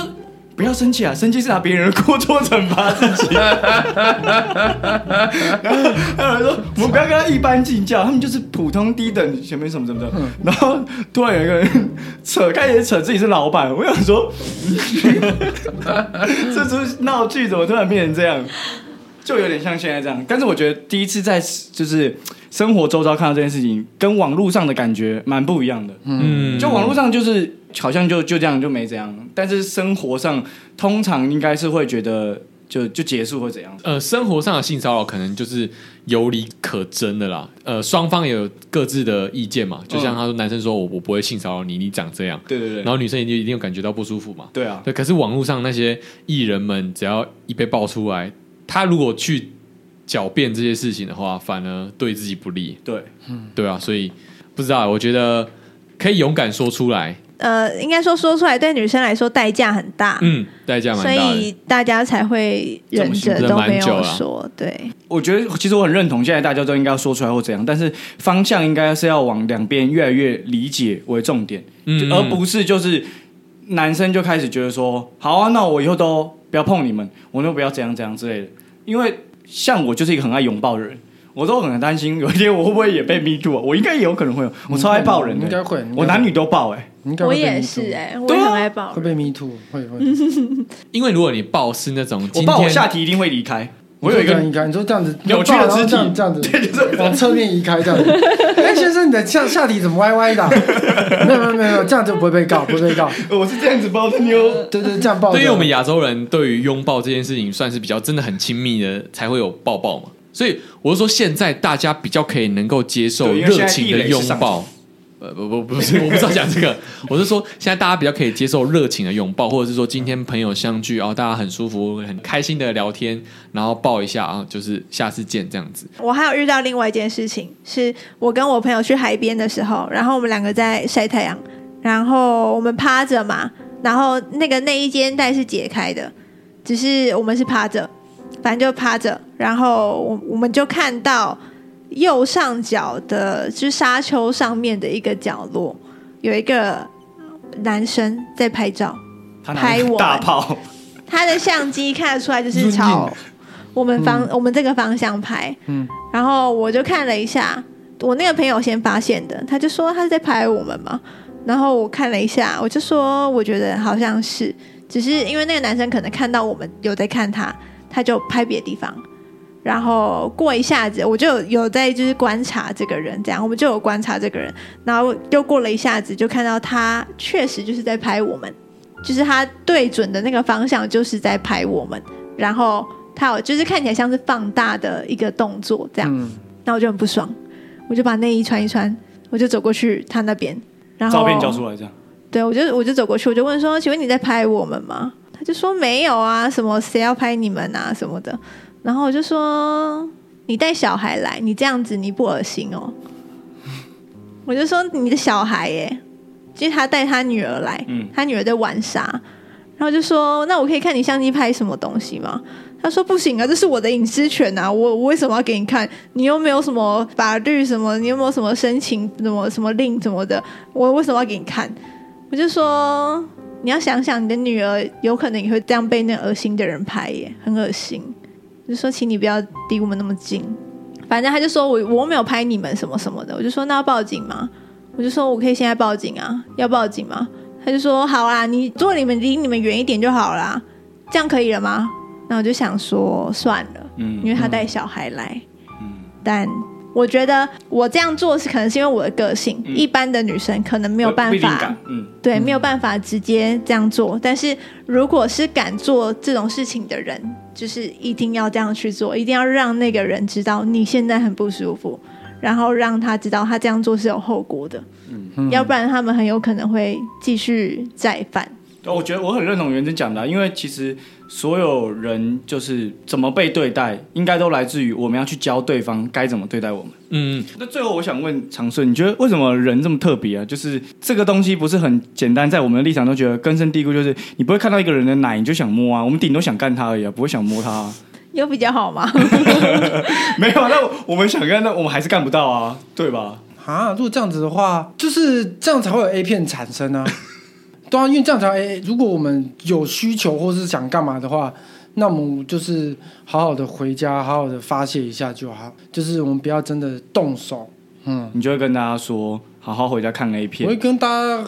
B: 不要生气啊！生气是拿别人的过错惩罚自己。然后还有人说我们不要跟他一般计较，他们就是普通低等，前面什么什么的。然后突然有一个人 扯开始扯自己是老板，我想说，这出闹剧怎么突然变成这样？就有点像现在这样，但是我觉得第一次在就是生活周遭看到这件事情，跟网络上的感觉蛮不一样的。
C: 嗯，
B: 就网络上就是好像就就这样就没怎样，但是生活上通常应该是会觉得就就结束或怎样？
C: 呃，生活上的性骚扰可能就是有理可争的啦。呃，双方也有各自的意见嘛。
B: 嗯
C: 就像他说，男生说我我不会性骚扰你，你长这样，
B: 对对对，
C: 然后女生一定一定有感觉到不舒服嘛。
B: 对啊，
C: 对，可是网络上那些艺人们，只要一被爆出来，他如果去狡辩这些事情的话，反而对自己不利。
B: 对，
C: 对啊，所以不知道，我觉得可以勇敢说出来，
D: 呃，应该说说出来对女生来说代价很大，
C: 嗯，代价蛮
D: 所
C: 大的。
D: 以大家才会忍着
C: 这么辛苦
D: 都没
C: 忍蛮
D: 有
C: 久了
D: 说。对，
B: 我觉得其实我很认同，现在大家都应该要说出来或怎样，但是方向应该是要往两边越来越理解为重点，
C: 嗯
B: 就而不是就是男生就开始觉得说，好啊，那我以后都不要碰你们，我都不要怎样怎样之类的。因为像我就是一个很爱拥抱的人，我都很担心有一天我会不会也被 me too 啊？我应该也有可能会有，我超爱抱人
E: 嗯
B: 的、
E: 应该会
B: 我男女都抱哎、
E: 应该
D: 我
E: 会被
D: 也
E: me
D: 是
E: too
D: 哎、嗯我
B: 对
D: 也
B: 啊
D: 很爱抱
E: 会
D: 人。
E: 被 me too，会会。
C: 因为如果你爆是那种
B: 我
C: 今
B: 抱我
C: 天
B: 下体一定会离开。我有一
E: 你说这样
B: 个
E: 移开，你说这样子
B: 扭曲的
E: 然后
B: 肢体
E: 这样这样 子，往侧面移开这样子。哎，先生，你的下下体怎么歪歪的啊？ 没有没有没有，这样就不会被告，不会被告。
B: 呃我是这样子抱的妞，
E: 对对，这样抱着。
C: 对于我们亚洲人，对于拥抱这件事情算是比较真的很亲密的，才会有抱抱嘛。所以我是说，现在大家比较可以能够接受
B: 对因为
C: 热情
B: 现
C: 的拥
B: 在地雷是上
C: 抱。呃不不不是，我不知道讲这个，我是说现在大家比较可以接受热情的拥抱，或者是说今天朋友相聚哦，大家很舒服、很开心的聊天，然后抱一下啊，就是下次见这样子。
D: 我还有遇到另外一件事情，是我跟我朋友去海边的时候，然后我们两个在晒太阳，然后我们趴着嘛，然后那个内衣肩带是解开的，只是我们是趴着，反正就趴着，然后我我们就看到右上角的，就是沙丘上面的一个角落，有一个男生在拍照，
B: 他拿
D: 拍我
B: 大炮，
D: 他的相机看得出来就是朝我们方、我们这个方向拍，
E: 嗯
D: 然后我就看了一下，我那个朋友先发现的，他就说他是在拍我们嘛，然后我看了一下，我就说我觉得好像是，只是因为那个男生可能看到我们有在看他，他就拍别的地方。然后过一下子，我就有有在就是观察这个人，这样我们就有观察这个人，然后又过了一下子，就看到他确实就是在拍我们，就是他对准的那个方向就是在拍我们，然后他有就是看起来像是放大的一个动作这样，
E: 嗯，
D: 那我就很不爽，我就把内衣穿一穿，我就走过去他那边，然后
B: 照片交出来这样。
D: 对，我就我就走过去，我就问说：“请问你在拍我们吗？”他就说：“没有啊，什么谁要拍你们啊什么的。”然后我就说：“你带小孩来，你这样子你不恶心哦？”我就说：“你的小孩耶，就是他带他女儿来，
B: 嗯
D: 他女儿在玩沙。”然后就说：“那我可以看你相机拍什么东西吗？”他说：“不行啊，这是我的隐私权啊，我我为什么要给你看？你又没有什么法律什么，你有没有什么申请什么什么令什么的，我为什么要给你看？”我就说，你要想想，你的女儿有可能也会这样被那恶心的人拍耶，很恶心。我就说，请你不要离我们那么近。反正他就说我我没有拍你们什么什么的，我就说那要报警吗？我就说我可以现在报警啊，要报警吗？他就说好啦，你坐你们离你们远一点就好啦，这样可以了吗？那我就想说算了，
B: 嗯
D: 因为他带小孩来，
B: 嗯
D: 但我觉得我这样做是可能是因为我的个性，
B: 嗯
D: 一般的女生可能没
B: 没
D: 有办
B: 不一定
D: 法，
B: 敢嗯，
D: 对，没有办法直接这样做。但是如果是敢做这种事情的人，就是一定要这样去做，一定要让那个人知道你现在很不舒服，然后让他知道他这样做是有后果的，要不然他们很有可能会继续再犯。
B: 对哦我觉得我很认同元真讲的啊、因为其实所有人就是怎么被对待，应该都来自于我们要去教对方该怎么对待我们。
C: 嗯，
B: 那最后我想问长顺，你觉得为什么人这么特别啊？就是这个东西不是很简单，在我们的立场都觉得根深蒂固，就是你不会看到一个人的奶你就想摸啊，我们顶多想干他而已啊，不会想摸他、啊。
D: 有比较好吗？
B: 没有啊，那我们想干，那我们还是干不到啊，对吧？
E: 啊，如果这样子的话，就是这样才会有 A 片产生啊。 对啊，因为这样才 A。如果我们有需求或是想干嘛的话，那我们就是好好的回家，好好的发泄一下就好。就是我们不要真的动手。嗯，
B: 你就会跟大家说，好好回家看 A
E: 我会
B: 片
E: 跟大家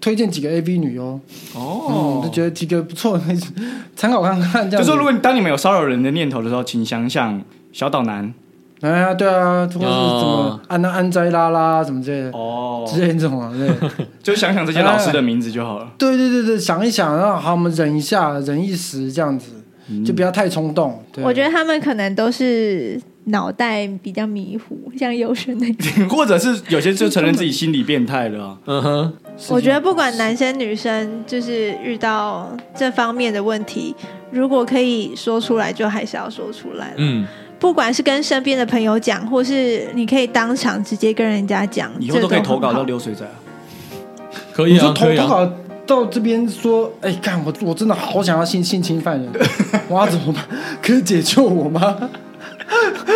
E: 推荐几个 A V 女优，嗯，就
B: 哦。
E: 觉得几个不错的， 参考看看这
B: 就
E: 样子。
B: 说如果你当你们有骚扰人的念头的时候，请想想小岛男
E: 哎呀，对啊，或是什么
C: 哦
E: 安娜安摘拉啦什么之类的，
B: 哦
E: 之类的这种啊，对。
B: 就想想这些老师的名字就好了。
E: 对对对对，想一想，然后好，我们忍一下，忍一时这样子，
C: 嗯
E: 就不要太冲动。对
D: 我觉得他们可能都是脑袋比较迷糊，像优生那种。
B: 哎或者是有些就承认自己心理变态了、啊。
C: 嗯哼，
D: 我觉得不管男生女生，就是遇到这方面的问题，如果可以说出来，就还是要说出来。
C: 嗯，
D: 不管是跟身边的朋友讲，或是你可以当场直接跟人家讲，
B: 以后都可以
D: 这
B: 投稿
D: 很好
B: 到流水仔啊。
C: 可
E: 你
C: 以
E: 说
C: 啊，
E: 投
C: 可以
E: 投
C: 啊。
E: 稿到这边说，哎、干我我真的好想要性性侵犯 人，我要怎么办？可以解救我吗？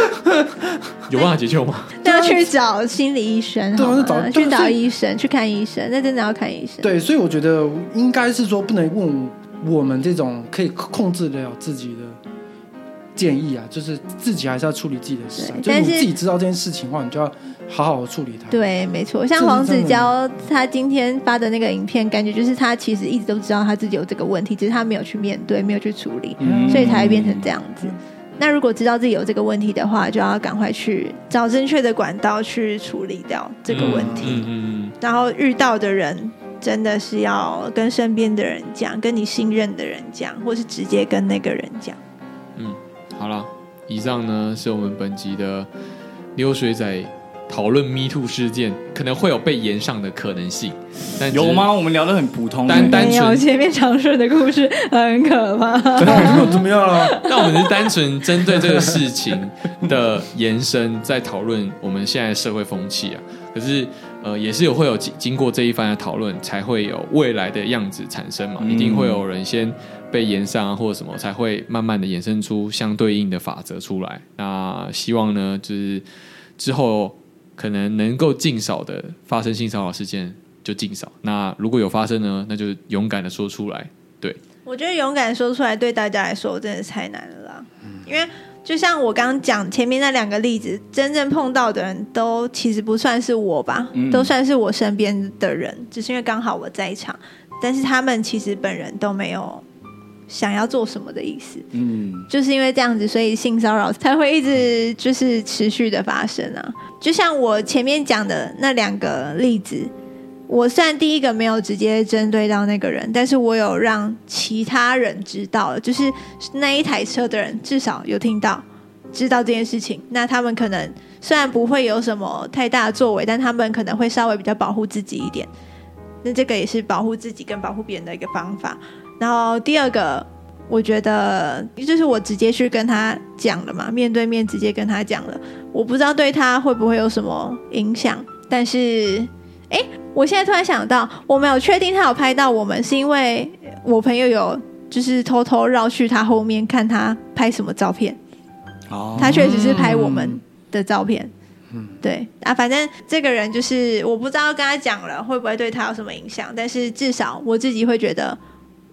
C: 有办法解救吗？
D: 那要去找心理医生
E: 对啊
D: 好吗，
E: 那找
D: 去
E: 对
D: 找
E: 所以
D: 医生，去看医生，那真的要看医生。
E: 对，所以我觉得应该是说不能问我们这种可以控制得了自己的建议啊，就是自己还是要处理自己的事啊、
D: 对
E: 就是
D: 但
E: 你
D: 是
E: 自己知道这件事情的话，你就要好好的处理它。
D: 对，没错，
E: 这
D: 像
E: 是
D: 黄
E: 真
D: 子
E: 的
D: 佼他今天发的那个影片，感觉就是他其实一直都知道他自己有这个问题，只是他没有去面对，没有去处理，
E: 嗯
D: 所以才会变成这样子。那如果知道自己有这个问题的话，就要赶快去找正确的管道去处理掉这个问题。
C: 嗯嗯
D: 然后遇到的人真的是要跟身边的人讲，跟你信任的人讲，或是直接跟那个人讲。
C: 嗯，好了，以上呢是我们本集的流水仔讨论 Me Too 事件，可能会有被延上的可能性，但只是
B: 有？吗？我们聊得很普通、
C: 单单
D: 没
C: 纯
D: 有前面长顺的故事很可怕。
E: 那又怎么样了？
C: 那我们是单纯针对这个事情的延伸，在讨论我们现在的社会风气啊。可是，呃，也是有会有经经过这一番的讨论，才会有未来的样子产生嘛。一定会有人先被延上啊，或者什么，才会慢慢的衍生出相对应的法则出来。那希望呢，就是之后可能能够尽少的发生性骚扰事件就尽少。那如果有发生呢，那就勇敢的说出来。
D: 我觉得勇敢说出来对大家来说，我真的是太难了啦。因为就像我刚刚讲前面那两个例子，真正碰到的人都其实不算是我吧，
B: 嗯
D: 都算是我身边的人，只是因为刚好我在场。但是他们其实本人都没有想要做什么的意思，
B: 嗯，
D: 就是因为这样子，所以性骚扰才会一直就是持续的发生啊。就像我前面讲的那两个例子，我虽然第一个没有直接针对到那个人，但是我有让其他人知道了，就是那一台车的人至少有听到。知道这件事情，那他们可能虽然不会有什么太大的作为，但他们可能会稍微比较保护自己一点。那这个也是保护自己跟保护别人的一个方法。然后第二个，我觉得就是我直接去跟他讲了嘛，面对面直接跟他讲了，我不知道对他会不会有什么影响，但是。诶，我现在突然想到，我没有确定他有拍到我们，是因为我朋友有就是偷偷绕去他后面看他拍什么照片，
B: 哦，
D: 他确实是拍我们的照片。对啊，反正这个人就是我不知道跟他讲了会不会对他有什么影响，但是至少我自己会觉得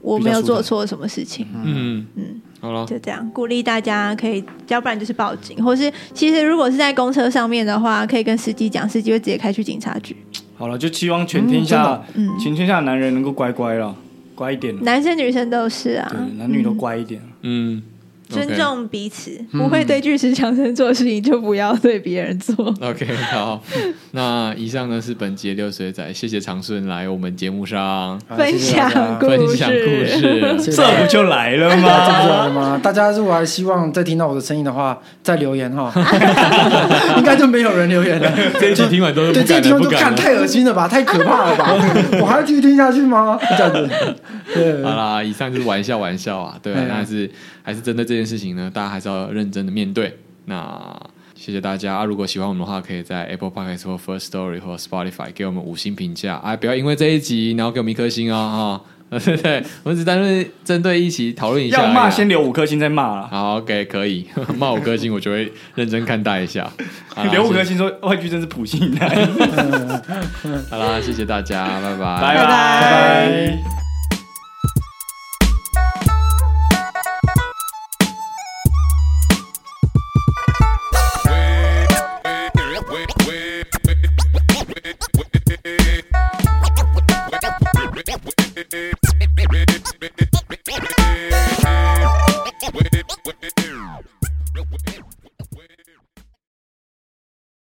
D: 我没有做错什么事情。
C: 嗯
D: 嗯，
C: 好了，
D: 就这样，鼓励大家可以，要不然就是报警，或是其实如果是在公车上面的话，可以跟司机讲，司机会直接开去警察局。
B: 好了，就期望全天下、
D: 嗯真的嗯
B: 全天下的男人能够乖乖了，乖一点了，
D: 男生女生都是啊
B: 嗯对，，男女都乖一点了。
C: 嗯，
D: 尊
C: OK
D: 重彼此，
B: 嗯
D: 不会对巨石强森做的事情就不要对别人做。
C: OK，好，那以上呢是本节六水仔，谢谢长顺来我们节目上
E: 好
D: 分享故
C: 分享故
E: 谢
C: 事。
E: 谢大
B: 嗯哎这
E: 家
B: 不就来了
E: 大家知不知
B: 吗？
E: 道了吗？大家如果还希望再听到我的声音的话，再留言哈， 应该就没有人留言 了。
C: 这一集听完都是
E: 对，
C: 不
E: 这
C: 敢
E: 一听
C: 了，
E: 众
C: 不
E: 就
C: 敢
E: 看
C: 了。
E: 太恶心了吧，太可怕了吧，我还要继续听下去吗？这样子，对，
C: 好啦，以上就是玩笑玩笑啊，对啊，
E: 嗯
C: 那还是还是针对这件事情呢，大家还是要认真的面对。那谢谢大家、啊，如果喜欢我们的话，可以在 Apple Podcast 或 First Story 或 Spotify 给我们五星评价啊，不要因为这一集然后给我们一颗星哦，哈、对 对，我们只单纯针对一起讨论一下而已
B: 要
C: 啊，
B: 骂先留五颗星再骂啦，
C: 好，OK，可以 骂五颗星，我就会认真看待一下。好 啦
B: 留五
C: 谢
B: 颗星说外句真啊是普信男，
C: 好啦，谢谢大家，拜拜
B: 拜
D: 拜
B: 拜。